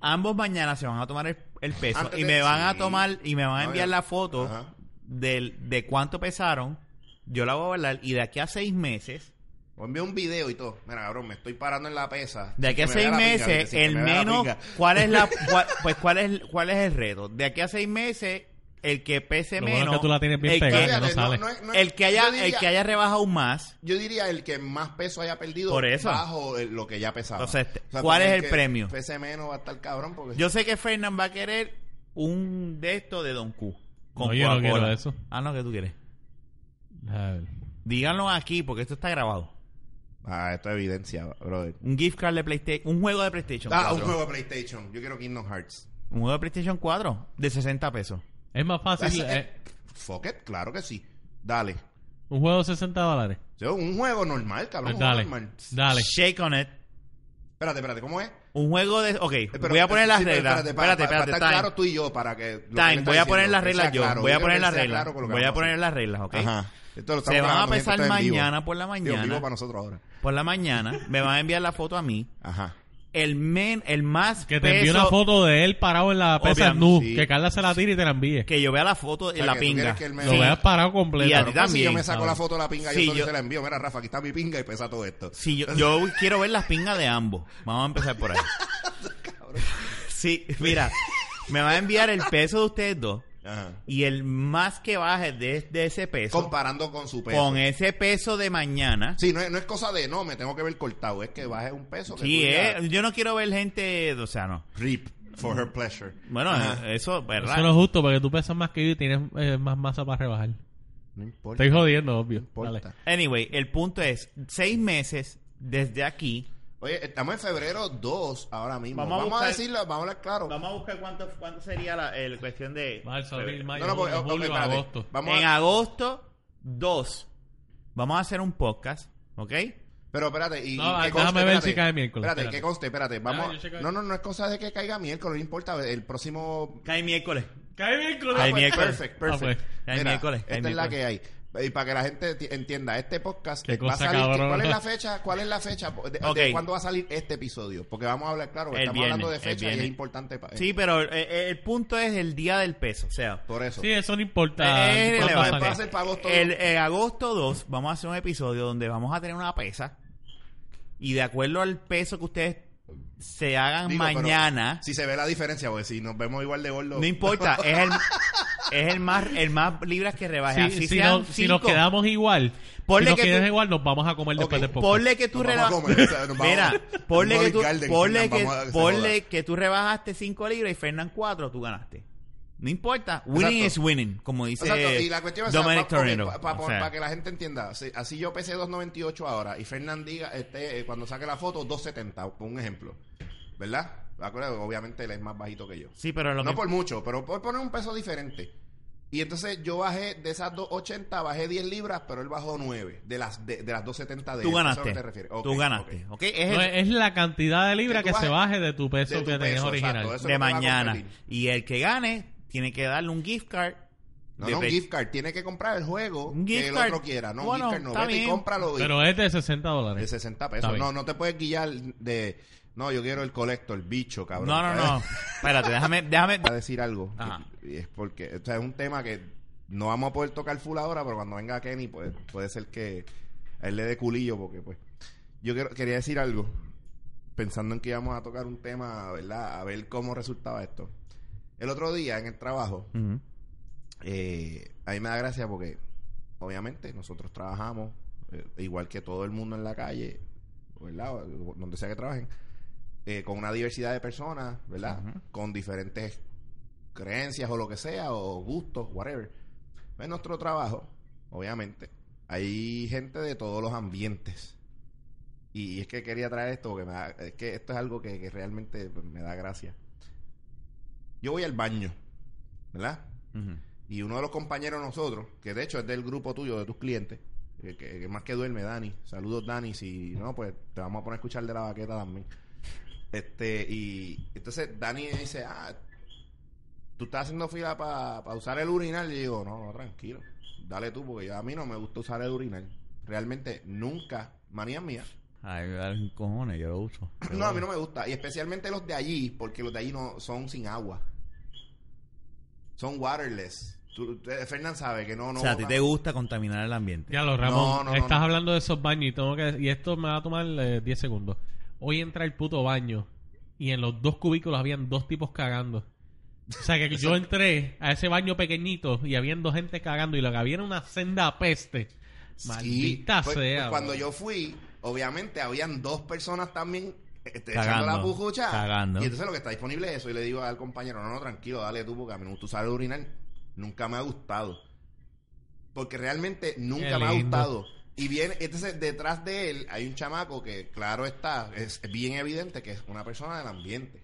S1: Ambos mañana se van a tomar el, el peso
S3: Antes
S1: y
S3: de-
S1: me van a
S3: sí.
S1: tomar y me van a
S3: No,
S1: enviar
S3: yo-
S1: la foto
S3: Ajá.
S1: del, de cuánto pesaron. Yo la voy a hablar y de aquí a seis meses,
S3: O envía un video y todo. Mira, cabrón, me estoy parando en la pesa.
S1: de aquí a
S3: Que me
S1: seis
S3: vea la pinga,
S1: meses,
S3: ¿viste? Sí, que
S1: el
S3: me vea la
S1: menos,
S3: pinga.
S1: ¿cuál es
S3: (laughs)
S1: la, cuál- pues cuál es, cuál es el reto? De aquí a seis meses, el que pese
S2: Lo bueno es
S1: menos,
S2: que tú la tienes bien
S1: el, que,
S2: pegada.
S3: Fíjate,
S2: no sale.
S3: es- no es-
S1: el que haya,
S3: yo diría-
S1: el que haya rebajado más,
S3: Yo diría el que más peso haya perdido
S1: Por eso.
S3: bajo el- lo que ya pesaba.
S1: O sea, este- ¿cuál
S3: porque
S1: es el
S3: que
S1: premio?
S3: Pese menos va a estar cabrón porque
S1: Yo sé que Fernán va a querer un de esto de Don Q.
S2: No, yo no
S1: Coca-Cola.
S2: quiero eso.
S1: Ah, no, que tú quieres.
S2: A ver.
S1: Díganlo aquí porque esto está grabado.
S3: Ah, esto es evidencia, brother.
S1: Un gift card de PlayStation, un juego de PlayStation.
S3: Ah,
S1: 4.
S3: un juego de PlayStation. Yo quiero Kingdom Hearts.
S1: Un juego de PlayStation 4 de 60 pesos.
S2: Es más fácil.
S3: Así-
S2: eh,
S3: Fuck it, claro que sí. Dale.
S2: un juego de 60 dólares.
S3: O sea, un juego normal, cabrón.
S2: Pues
S3: un juego
S2: dale.
S3: normal.
S2: Dale.
S1: Shake on it.
S3: Espérate, espérate, ¿cómo es?
S1: Un juego de. Ok,
S3: Eh, pero-
S1: voy a poner las
S3: sí, pero
S1: reglas.
S3: Espérate, para,
S1: Espérate, espérate.
S3: para- para estar
S1: time.
S3: claro tú y yo, para que. lo que
S1: Time.
S3: me estás
S1: voy a poner
S3: diciendo,
S1: las
S3: que
S1: reglas
S3: sea
S1: yo.
S3: claro.
S1: voy a
S3: quiero
S1: poner
S3: que
S1: las
S3: sea
S1: reglas.
S3: claro con lo que
S1: voy a
S3: vamos
S1: poner
S3: hacer.
S1: las reglas, ok.
S3: Ajá. Esto lo estamos
S1: Se van a
S3: grabando, esto
S1: pesar
S3: está en vivo.
S1: mañana por la
S3: Digo, vivo para
S1: mañana.
S3: nosotros ahora.
S1: Por la mañana. Me van a enviar la foto a mí.
S3: Ajá.
S1: El men, el más.
S2: Que te envíe una
S1: peso-
S2: foto de él parado en la pesa
S1: Obviamente,
S2: nu.
S3: sí.
S2: Que Carla se la tire y te la envíe.
S1: Que yo vea la foto y
S3: sea,
S1: la
S3: que tú
S1: pinga.
S3: quieres que el men-
S2: Lo
S1: Sí.
S2: veas parado completo.
S1: Y a ti
S3: Pero, pues, si yo
S1: también,
S3: me saco
S2: ¿sabes?
S3: la foto de la pinga,
S1: Sí,
S3: yo solo
S1: yo-
S3: se la envío. Mira, Rafa, aquí está mi pinga y pesa todo esto.
S1: Sí, yo, yo quiero ver las pingas de ambos. Vamos a empezar por ahí.
S3: (laughs)
S1: Sí, mira, me va a enviar el peso de ustedes dos
S3: Ajá.
S1: y el más que baje de, de ese peso
S3: Comparando con su peso.
S1: con ese peso de mañana.
S3: pues. Sí, no es, no es cosa de no, me tengo que ver cortado. Es que baje un peso. que
S1: Sí,
S3: tú
S1: eh,
S3: digas,
S1: yo no quiero ver gente, o sea, no.
S3: Rip for her pleasure.
S1: Bueno, eh,
S3: Ajá.
S1: eso, ¿verdad?
S2: Eso no es justo porque tú pesas más que yo y tienes eh, más masa para rebajar.
S3: No importa.
S2: Estoy jodiendo, obvio.
S3: no importa.
S2: Dale.
S1: Anyway, el punto es, seis meses desde aquí.
S3: Oye, estamos en febrero 2 ahora mismo.
S1: Vamos
S3: Vamos
S1: a
S3: a,
S1: buscar-
S3: decirlo, vamos a hablar claro.
S1: Vamos a buscar cuánto, cuánto sería la el cuestión de...
S2: Marzo, abril, mayo,
S3: No, no, porque-
S2: junio,
S3: ok,
S2: julio,
S3: espérate.
S2: agosto.
S3: Vamos
S1: en
S3: a-
S1: agosto 2 vamos a hacer un podcast, ¿ok?
S3: Pero espérate, y,
S2: No,
S3: y
S2: ah,
S3: que
S2: déjame
S3: conste,
S2: ver
S3: espérate.
S2: si cae miércoles,
S3: Espérate,
S2: espérate.
S3: que conste, espérate. Vamos.
S2: yo checo-
S3: no, no, no es cosa de que caiga miércoles, no importa. El próximo.
S1: Cae miércoles. Cae
S2: Cae
S3: Ah,
S2: miércoles.
S1: Ay, miércoles.
S3: Perfect,
S2: Ah,
S3: perfect.
S2: pues.
S1: Cae
S3: Mira,
S1: miércoles, cae
S3: Esta es la que hay. Y para que la gente ti- entienda, este podcast
S2: Qué
S3: va a
S2: cosa
S3: salir.
S2: cabrona.
S3: ¿Cuál es la fecha? ¿Cuál es la fecha? ¿De, de
S1: Ok.
S3: cuándo va a salir este episodio? Porque vamos a hablar claro,
S1: El
S3: estamos hablando de
S1: viernes, el
S3: fecha y es
S1: viernes.
S3: importante para
S1: Sí, pero eh, eh, el punto es el día del peso, o sea,
S3: por eso.
S2: Sí, eso no importa.
S1: Eh,
S2: No importa
S1: relevante.
S2: salir.
S3: Va a ser para agosto.
S1: el eh, agosto 2 vamos a hacer un episodio donde vamos a tener una pesa y de acuerdo al peso que ustedes se hagan
S3: Digo, pero
S1: mañana,
S3: Si se ve la diferencia, porque si nos vemos igual de gordos.
S1: no importa, es
S3: (laughs)
S1: el es el más el más libras que rebaje,
S2: Sí,
S1: así
S2: si,
S1: sean
S2: no- si nos
S1: cinco.
S2: quedamos igual,
S1: Ponle
S2: si nos
S1: que
S2: quedas
S1: tú-
S2: igual, nos vamos a comer después
S3: Ok,
S2: del podcast.
S1: Ponle que tú
S3: Nos vamos a
S1: rebajas.
S3: comer, o sea, nos vamos
S1: Mira, (laughs)
S3: a-
S1: ponle que
S3: Morning
S1: tú,
S3: Garden,
S1: ponle
S3: Fernan,
S1: que,
S3: vamos a que se
S1: ponle
S3: joda.
S1: que tú rebajaste 5 libras y Fernán 4, tú ganaste. No importa. Winning
S3: Exacto.
S1: is winning, como dice
S3: Exacto, y la cuestión es
S1: Dominic
S3: para,
S1: Tornado. O sea,
S3: que la gente entienda, si- así yo pesé 2.98 ahora y Fernán diga, este, eh, cuando saque la foto, 2.70, por un ejemplo, ¿verdad? Acuérdate, obviamente él es más bajito que yo.
S1: Sí, pero lo
S3: No
S1: que-
S3: por mucho, pero por poner un peso diferente. Y entonces yo bajé de esas 2.80, bajé 10 libras, pero él bajó 9 de las, de, de las 2.70 de
S1: tú
S3: él. ¿Eso es a
S1: ganaste.
S3: lo que te refieres? Ok,
S1: tú ganaste.
S3: ok.
S1: ¿ok? Es
S2: No,
S1: el
S2: es la cantidad de libra
S3: Que
S2: que
S3: tú
S2: se
S3: bajes
S2: baje de tu peso
S3: de tu
S2: que tenías
S3: peso,
S2: original.
S3: exacto, eso es
S1: de
S3: lo que va a
S1: mañana.
S3: competir.
S1: Y el que gane tiene que darle un gift card.
S3: No,
S1: de
S3: no, un
S1: pe-
S3: gift card. Tiene que comprar el juego
S1: Un
S3: que
S1: gift
S3: el
S1: card.
S3: otro quiera. No,
S1: Bueno,
S3: un gift card no.
S1: está
S3: Vete y
S1: bien. eh,
S3: cómpralo. y-
S2: Pero es de 60
S3: De
S2: dólares.
S3: 60
S2: Está
S3: pesos.
S2: bien.
S3: No, no te puedes guiar de. No, yo quiero el colector, el bicho, cabrón.
S1: No, no, no. Espérate, déjame, déjame.
S3: (laughs) Voy a decir algo.
S1: Ajá.
S3: Y es porque. O sea, es un tema que no vamos a poder tocar full ahora, pero cuando venga Kenny, pues puede ser que a él le dé culillo, porque pues. Yo quiero- quería decir algo, pensando en que íbamos a tocar un tema, ¿verdad? A ver cómo resultaba esto. El otro día en el trabajo,
S1: Ujú.
S3: eh, a mí me da gracia porque, obviamente, nosotros trabajamos eh, igual que todo el mundo en la calle, ¿verdad? O Donde sea que trabajen, eh, con una diversidad de personas, ¿verdad?
S1: Ujú.
S3: Con diferentes creencias o lo que sea, o gustos, whatever. En nuestro trabajo, obviamente, hay gente de todos los ambientes. Y es que quería traer esto porque me da- es que esto es algo que, que realmente pues, me da gracia. Yo voy al baño, ¿verdad?
S1: Ujú.
S3: Y uno de los compañeros de nosotros, que de hecho es del grupo tuyo, de tus clientes, eh, que, que más que duerme, Dani. Saludos, Dani. Si no, pues te vamos a poner a escuchar de la baqueta también. Este, y entonces Dani me dice, ah, tú estás haciendo fila para usar el urinal. Y yo digo, no, no, tranquilo. Dale tú, porque yo, a mí no me gusta usar el urinal. Realmente nunca, manía mía.
S1: Ay, me da los cojones, yo lo uso.
S3: No, a mí no me gusta. Y especialmente los de allí, porque los de allí no son sin agua. Son waterless. Tú, tú- eh, Fernán sabe que no, no.
S1: o sea, a ti
S3: botan-
S1: te gusta contaminar el ambiente.
S2: Ya lo,
S3: No,
S2: Ramón,
S3: no, no,
S2: estás
S3: no.
S2: hablando de esos baños y tengo que... Y esto me va a tomar eh, 10 segundos. Hoy entra el puto baño y en los dos cubículos habían dos tipos cagando. O sea, que yo entré a ese baño pequeñito y habían dos gente cagando y lo que había era una senda peste.
S3: Sí,
S2: Maldita
S3: pues-
S2: sea.
S3: pues cuando
S2: bro.
S3: yo fui, obviamente habían dos personas también este, echando
S1: Cagando,
S3: la pujucha.
S1: cagando.
S3: Y entonces lo que está disponible es eso. Y le digo al compañero, no, no, tranquilo, dale tú, porque a mí no me gusta usar el urinal. Nunca me ha gustado. Porque realmente nunca
S2: Qué
S3: me ha
S2: lindo.
S3: gustado. Y viene, entonces detrás de él hay un chamaco que, claro está, es bien evidente que es una persona del ambiente.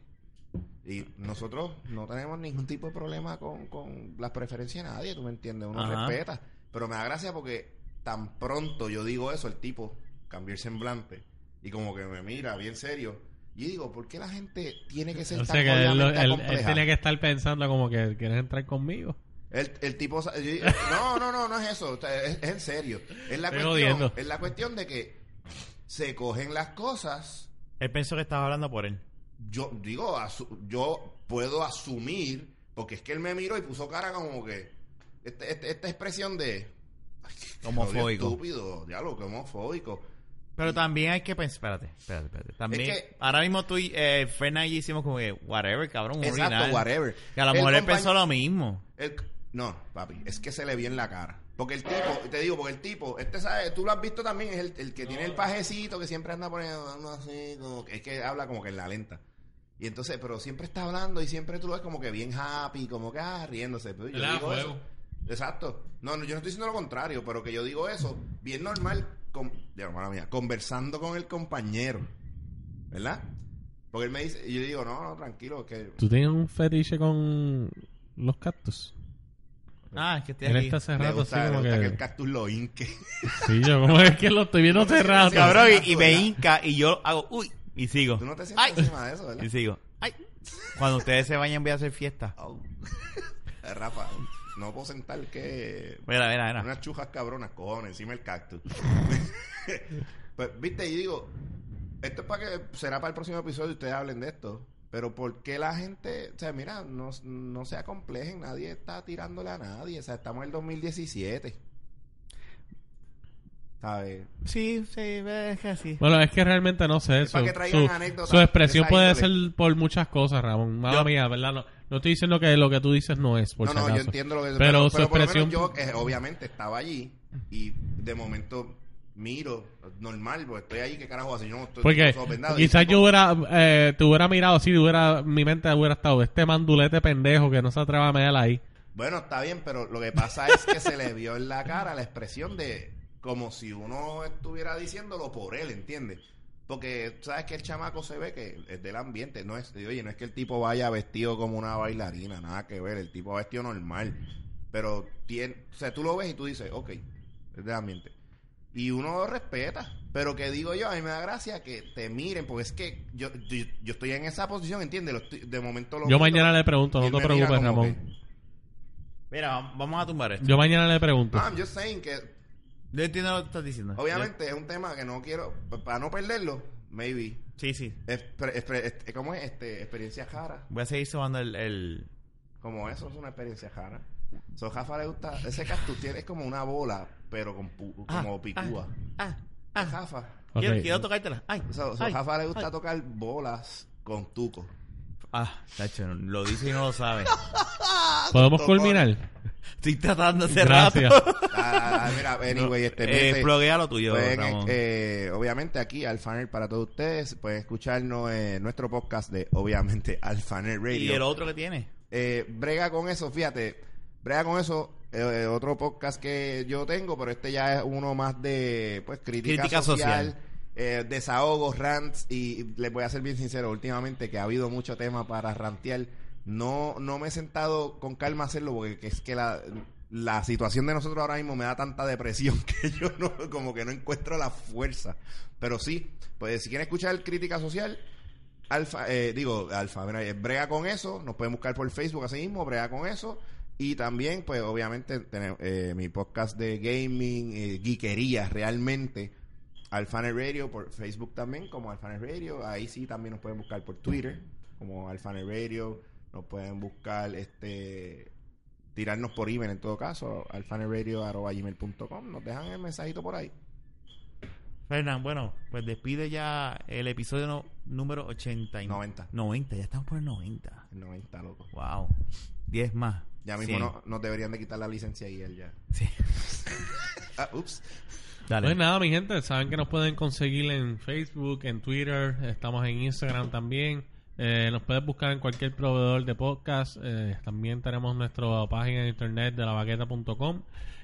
S3: Y nosotros no tenemos ningún tipo de problema con, con las preferencias de nadie, tú me entiendes, uno
S1: Ajá.
S3: respeta. Pero me da gracia porque tan pronto yo digo eso, el tipo cambió el semblante y como que me mira bien serio. Y digo, ¿por qué la gente tiene que ser
S2: O
S3: tan
S2: sea, que él,
S3: jodidamente
S2: lo- él- él
S3: acompleja?
S2: tenía que estar pensando como que quieres entrar conmigo.
S3: El, el tipo... sa- yo- No, no, no, no es eso. o sea, Es, es en serio. Es la,
S2: Estoy
S3: cuestión,
S2: jodiendo.
S3: es la cuestión de que se cogen las cosas.
S1: Él pensó que estaba hablando por él.
S3: Yo digo, asu- yo puedo asumir, porque es que él me miró y puso cara como que... este- este- esta expresión de...
S1: Homofóbico.
S3: "Jodido Estúpido, diálogo, que homofóbico.
S1: Pero también hay que pensar, espérate, espérate, espérate. También,
S3: Es que-
S1: ahora mismo tú y eh, Fernan y yo hicimos como que, whatever, cabrón, un
S3: Exacto,
S1: urinal.
S3: whatever.
S1: Que a lo
S3: El
S1: mejor él
S3: compañ-
S1: pensó lo mismo.
S3: El- no, papi, es que se le vi en la cara. Porque el tipo, te digo, porque el tipo, este sabe, tú lo has visto también, es el, el que tiene el pajecito que siempre anda poniendo anda así, como que- es que habla como que en la lenta. Y entonces, pero siempre está hablando y siempre tú lo ves como que bien happy, como que ah, riéndose. Pero yo
S2: Le da
S3: digo
S2: juego.
S3: eso. Exacto. No, no, yo no estoy diciendo lo contrario, pero que yo digo eso, bien normal, con, de hermana mía, conversando con el compañero. ¿Verdad? Porque él me dice, y yo digo, no, no, tranquilo, que
S2: ¿Tú tienes un fetiche con los cactus?
S1: Ah, es que estoy
S2: Él
S1: aquí.
S2: está hace
S3: le
S2: rato así
S3: gusta, le
S2: como
S3: gusta que... el
S2: que...
S3: cactus lo hinque. (laughs)
S2: Sí, yo como es que lo estoy viendo hace rato.
S1: Cabrón, y, y me
S3: ¿verdad?
S1: hinca y yo hago, uy, y sigo.
S3: Tú no te sientas
S1: Ay,
S3: encima de eso, ¿verdad?
S1: y sigo. Ay. Cuando ustedes se vayan voy a hacer fiesta.
S3: Au. Oh. (laughs) Rafa, no puedo sentar que
S1: Mira, mira, mira.
S3: unas chujas cabronas, cojones, encima el
S2: (laughs)
S3: cactus. (laughs) pues, viste, y digo, esto es para que será para el próximo episodio y ustedes hablen de esto. Pero ¿por qué la gente, o sea, mira, no, no se acomplejen, nadie está tirándole a nadie, o sea, estamos en el 2017. ¿Sabes?
S1: Sí, sí, es que sí.
S2: Bueno, es que realmente no sé.
S3: Es
S2: Su,
S3: para que traigan
S2: su-
S3: anécdotas
S2: su expresión
S3: de esa
S2: puede
S3: índole.
S2: ser por muchas cosas, Ramón. Mala
S1: Yo-
S2: mía, ¿verdad? No, no estoy diciendo que lo que tú dices no es, por
S3: no,
S2: si
S3: no, yo
S2: acaso.
S3: entiendo lo que
S2: Pero su
S3: por lo menos
S2: expresión-
S3: yo, eh, obviamente, estaba allí y de momento miro, normal, porque estoy ahí, ¿qué carajo así? Yo no estoy
S2: Porque
S3: estoy vendado. Y
S2: quizás
S3: tipo,
S2: yo hubiera, eh, te hubiera mirado así, hubiera, mi mente hubiera estado, este mandulete pendejo que no se atreva a meter ahí.
S3: Bueno, está bien, pero lo que pasa es que se le vio en la cara la expresión de como si uno estuviera diciéndolo por él, ¿entiendes? Porque sabes que el chamaco se ve que es del ambiente, no es, y, oye, no es que el tipo vaya vestido como una bailarina, nada que ver, el tipo va vestido normal, pero tiene, o sea, tú lo ves y tú dices, ok, es del ambiente. Y uno lo respeta, pero que digo yo, a mí me da gracia que te miren, porque es que yo, yo, yo estoy en esa posición, ¿entiendes? Lo estoy- de momento lo miro,
S2: Yo mañana le pregunto,
S3: y
S2: no
S3: él
S2: te
S3: me mira
S2: preocupes,
S3: como
S2: Ramón.
S3: que,
S1: Mira, vam- vamos a tumbar esto.
S2: Yo mañana le pregunto.
S1: (laughs)
S3: No, Ah, I'm just saying que
S1: Yo entiendo lo que estás diciendo.
S3: obviamente es un tema que no quiero pa- para no perderlo, maybe.
S1: Yo- sí, sí.
S3: Expre- expre- este, ¿Cómo es? Este, experiencia jara.
S1: Voy a seguir sobando el... el...
S3: Como eso es una experiencia jara. So, a Jafa le gusta. Ese cactus tiene es como una bola, pero con pu-
S1: Ah,
S3: como picúa.
S1: Ah,
S3: A
S1: ah.
S3: Jafa.
S1: Quiero,
S2: Ok.
S1: quiero tocártela. Ay,
S3: So, so,
S1: ay,
S3: Jafa le gusta
S1: ay.
S3: tocar bolas con
S1: (laughs)
S3: tuco.
S1: Ah, tacho, lo dice y no lo
S3: (laughs)
S1: sabe.
S2: ¿Podemos
S3: Tocó-
S2: culminar?
S1: Estoy tratando hace
S2: Gracias.
S1: rato.
S3: Ah, ah, mira, anyway, este.
S1: Eh,
S3: miente-
S1: pluguea lo tuyo,
S3: Pueden,
S1: Ramón.
S3: eh, obviamente aquí Alfaner para todos ustedes pueden escucharnos en nuestro podcast de obviamente Alfaner Radio
S1: y el otro que tiene.
S3: eh, brega con eso, fíjate, brega con eso, eh, eh, otro podcast que yo tengo, pero este ya es uno más de, pues, crítica,
S1: Crítica
S3: social,
S1: social.
S3: eh, desahogos, rants, y les voy a ser bien sincero, últimamente que ha habido mucho tema para rantear, No, no me he sentado con calma a hacerlo porque es que la, la situación de nosotros ahora mismo me da tanta depresión (laughs) que yo no, como que no encuentro la fuerza. Pero sí, pues si quieren escuchar crítica social, Alfa, eh, digo, Alfa, mira, eh, brega con eso, nos pueden buscar por Facebook así mismo, brega con eso. Y también, pues obviamente, tenemos eh, mi podcast de gaming, eh, geekería realmente, Alfanet Radio por Facebook también, como Alfanet Radio. Ahí sí también nos pueden buscar por Twitter, como Alfanet Radio. Nos pueden buscar, este, tirarnos por email en todo caso, alfanetradio.com. Nos dejan el mensajito por ahí.
S1: Fernán, bueno, pues despide ya el episodio no- número 89.
S3: 90.
S1: 90, ya estamos por el 90.
S3: El 90, loco.
S1: Wow. 10 más.
S3: Ya mismo no- nos deberían de quitar la licencia y él ya.
S1: Sí.
S3: Ah, ups.
S1: Dale.
S2: Pues nada, mi gente, saben que nos pueden conseguir en Facebook, en Twitter, estamos en Instagram también. Eh, nos puedes buscar en cualquier proveedor de podcast. Eh, también tenemos nuestra página de internet de lavaqueta.com.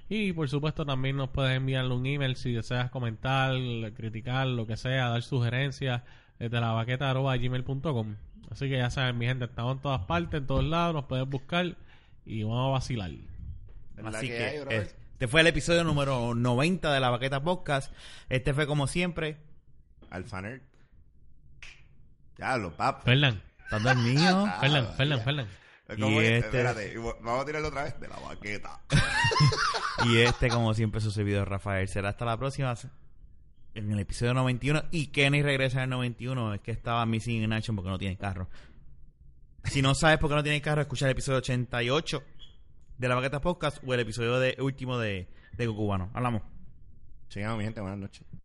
S2: Y por supuesto, también nos puedes enviar un email si deseas comentar, criticar, lo que sea, dar sugerencias eh, desde lavaqueta.gmail.com. Así que ya saben, mi gente, estamos en todas partes, en todos lados, nos puedes buscar y vamos a vacilar.
S3: Es la
S1: Así
S3: que
S1: que,
S3: hay, brother.
S1: este fue el episodio número 90 de la Baqueta Podcast. Este fue como siempre.
S3: Alfaner. Ya lo papo.
S2: Fernan,
S1: Tanto el (laughs) mío.
S3: Ah,
S2: Fernan,
S3: ya.
S2: Fernan, Fernan.
S3: ¿Cómo
S1: Y
S3: es?
S1: este-
S3: Espérate, vamos a tirarlo otra vez de la baqueta.
S1: y este, como siempre, su servidor Rafael. Será hasta la próxima. En el episodio 91. Y Kenny regresa en el 91. Es que estaba missing in action porque no tiene carro. Si no sabes por qué no tiene carro, escucha el episodio 88 de la Baqueta Podcast o el episodio de último de, de Cucubano. Hablamos.
S3: Chingamos, mi gente, buenas noches.